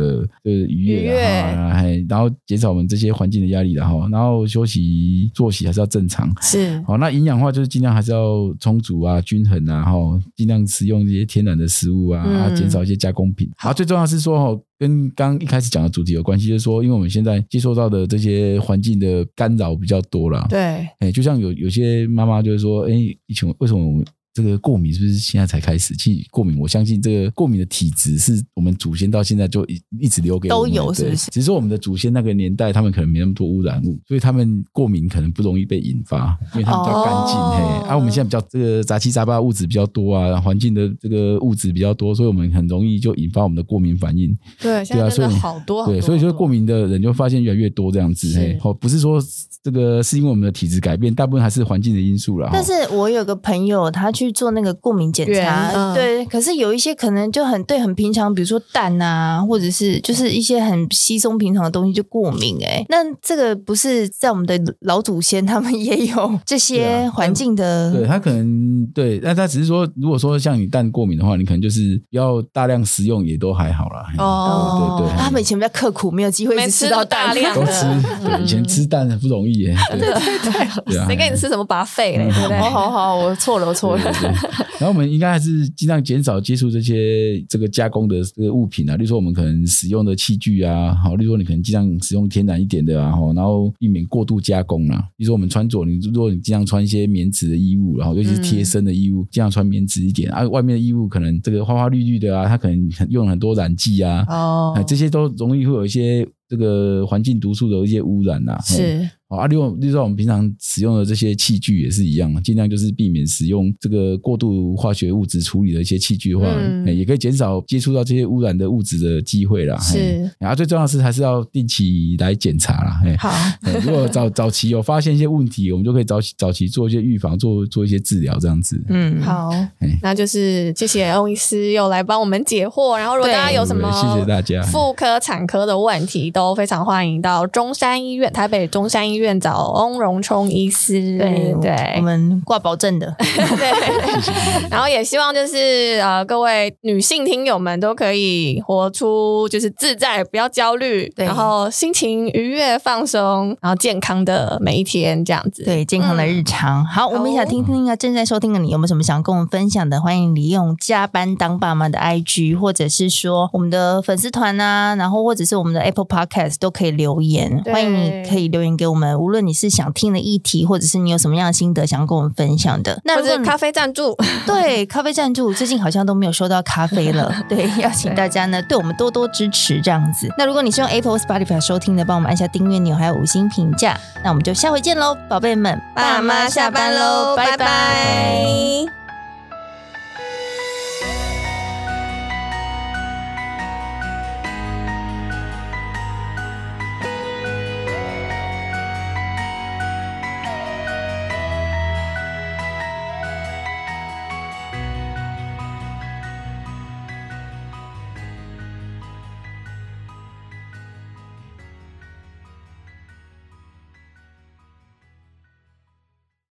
Speaker 3: 呃愉
Speaker 2: 愉
Speaker 3: 悦
Speaker 2: 悦
Speaker 3: 啦，哈哎然后减少我们这些环境的压力然后然后休息作息还是要正常。
Speaker 2: 是
Speaker 3: 好，那营养的话就是尽量还是要充足啊、均衡啊，哈，尽量食用一些天然的食物啊，
Speaker 2: 嗯
Speaker 3: 啊减少一些加工品。好，最重要是说哦，跟刚刚一开始讲的主题有关系，就是说，因为我们现在接受到的这些环境的干扰比较多啦。
Speaker 2: 对，
Speaker 3: 哎，就像有有些妈妈就是说，哎，以前为什么我这个过敏是不是现在才开始？其实过敏，我相信这个过敏的体质是我们祖先到现在就一一直留给我们的
Speaker 1: 都有是不
Speaker 3: 对
Speaker 1: 是
Speaker 3: 只是说我们的祖先那个年代，他们可能没那么多污染物，所以他们过敏可能不容易被引发，因为他们比较干净。
Speaker 2: 哦
Speaker 3: 嘿，啊，我们现在比较这个杂七杂八的物质比较多啊，环境的这个物质比较多，所以我们很容易就引发我们的过敏反应。
Speaker 2: 对，现
Speaker 3: 对
Speaker 2: 在
Speaker 3: 啊所以
Speaker 2: 真的好多好多，
Speaker 3: 对，所以
Speaker 2: 好
Speaker 3: 说
Speaker 2: 多
Speaker 3: 过敏的人就发现越来越多这样子。
Speaker 2: 是
Speaker 3: 嘿，哦，不是说这个是因为我们的体质改变，大部分还是环境的因素啦。吼
Speaker 1: 但是我有个朋友，他去做那个过敏检查，
Speaker 2: 原嗯
Speaker 1: 对，可是有一些可能就很对很平常，比如说蛋啊，或者是就是一些很稀松平常的东西就过敏、哎，那这个不是在我们的老祖先他们也有这
Speaker 3: 对
Speaker 1: 些
Speaker 3: 啊
Speaker 1: 环境的，
Speaker 3: 对他可能对，但他只是说，如果说像你蛋过敏的话，你可能就是不要大量食用，也都还好啦。嘿
Speaker 2: 哦
Speaker 3: 对对对
Speaker 1: 他们以前比较刻苦，没有机会一
Speaker 2: 没
Speaker 1: 直
Speaker 2: 吃
Speaker 1: 吃
Speaker 2: 到
Speaker 1: 到
Speaker 2: 大
Speaker 1: 蛋。
Speaker 2: 量
Speaker 3: 都
Speaker 1: *laughs*
Speaker 3: 吃
Speaker 2: 的，，
Speaker 3: 对，以前吃蛋很不容
Speaker 2: *laughs*
Speaker 3: 易耶。对对啊嗯
Speaker 2: 谁给你吃什么拔肺嘞？对不对？
Speaker 1: 好哦好好，我错了，我错
Speaker 3: 对
Speaker 1: 了。
Speaker 2: *laughs*
Speaker 3: 对对，然后我们应该还是尽量减少接触这些这个加工的这个物品啊，例如说我们可能使用的器具啊，好，例如说你可能尽量使用天然一点的啊，吼然后避免过度加工啊。比如说我们穿着，你如果你尽量穿一些棉质的衣物，然后
Speaker 2: 嗯
Speaker 3: 尤其是贴身的衣物，尽量穿棉质一点啊。外面的衣物可能这个花花绿绿的啊，它可能用了很多染剂啊，
Speaker 2: 哦
Speaker 3: 啊，这些都容易会有一些这个环境毒素的一些污染啊。嘿
Speaker 2: 是
Speaker 3: 好啊，另外，例如说我们平常使用的这些器具也是一样，尽量就是避免使用这个过度化学物质处理的一些器具的话，
Speaker 2: 嗯
Speaker 3: 哎也可以减少接触到这些污染的物质的机会啦。嘿
Speaker 2: 是，
Speaker 3: 然后最重要的是还是要定期来检查啦。
Speaker 2: *laughs*
Speaker 3: 哎，
Speaker 2: 好，
Speaker 3: 哎如果早早期有发现一些问题，我们就可以早起早期做一些预防，做做一些治疗这样子。
Speaker 1: 嗯，
Speaker 2: 好
Speaker 3: 哎，
Speaker 2: 那就是谢谢欧医师又来帮我们解惑。然后，如果
Speaker 1: 对
Speaker 2: 大家有什么
Speaker 3: 谢谢大家
Speaker 2: 妇科、产科的问题，都非常欢迎到中山医院台北中山医院找翁荣冲医师。
Speaker 1: 对我
Speaker 2: 对
Speaker 1: 们挂保证的，
Speaker 2: 对。 *laughs* 然后也希望就是呃，各位女性听友们都可以活出就是自在，不要焦虑，
Speaker 1: 对
Speaker 2: 然后心情愉悦、放松，然后健康的每一天这样子。嗯哦
Speaker 1: 对健康的日常。好，我们也想听听啊，正在收听的你有没有什么想跟我们分享的？欢迎利用加班当爸妈的 IG，或者是说我们的粉丝团啊，然后或者是我们的 Apple Podcast 都可以留言。
Speaker 2: 对
Speaker 1: 欢迎你可以留言给我们，无论你是想听的议题，或者是你有什么样的心得想跟我们分享的。那
Speaker 2: 或
Speaker 1: 如果
Speaker 2: 者
Speaker 1: 你
Speaker 2: 咖啡赞助，
Speaker 1: 对咖啡赞助，最近好像都没有收到咖啡了。对，邀请大家呢，对我们多多支持这样子。那如果你是用 Apple、Spotify 收听的，帮我们按下订阅钮，还有五星评价。那我们就下回见喽，宝贝们，
Speaker 2: 爸妈下班喽，拜拜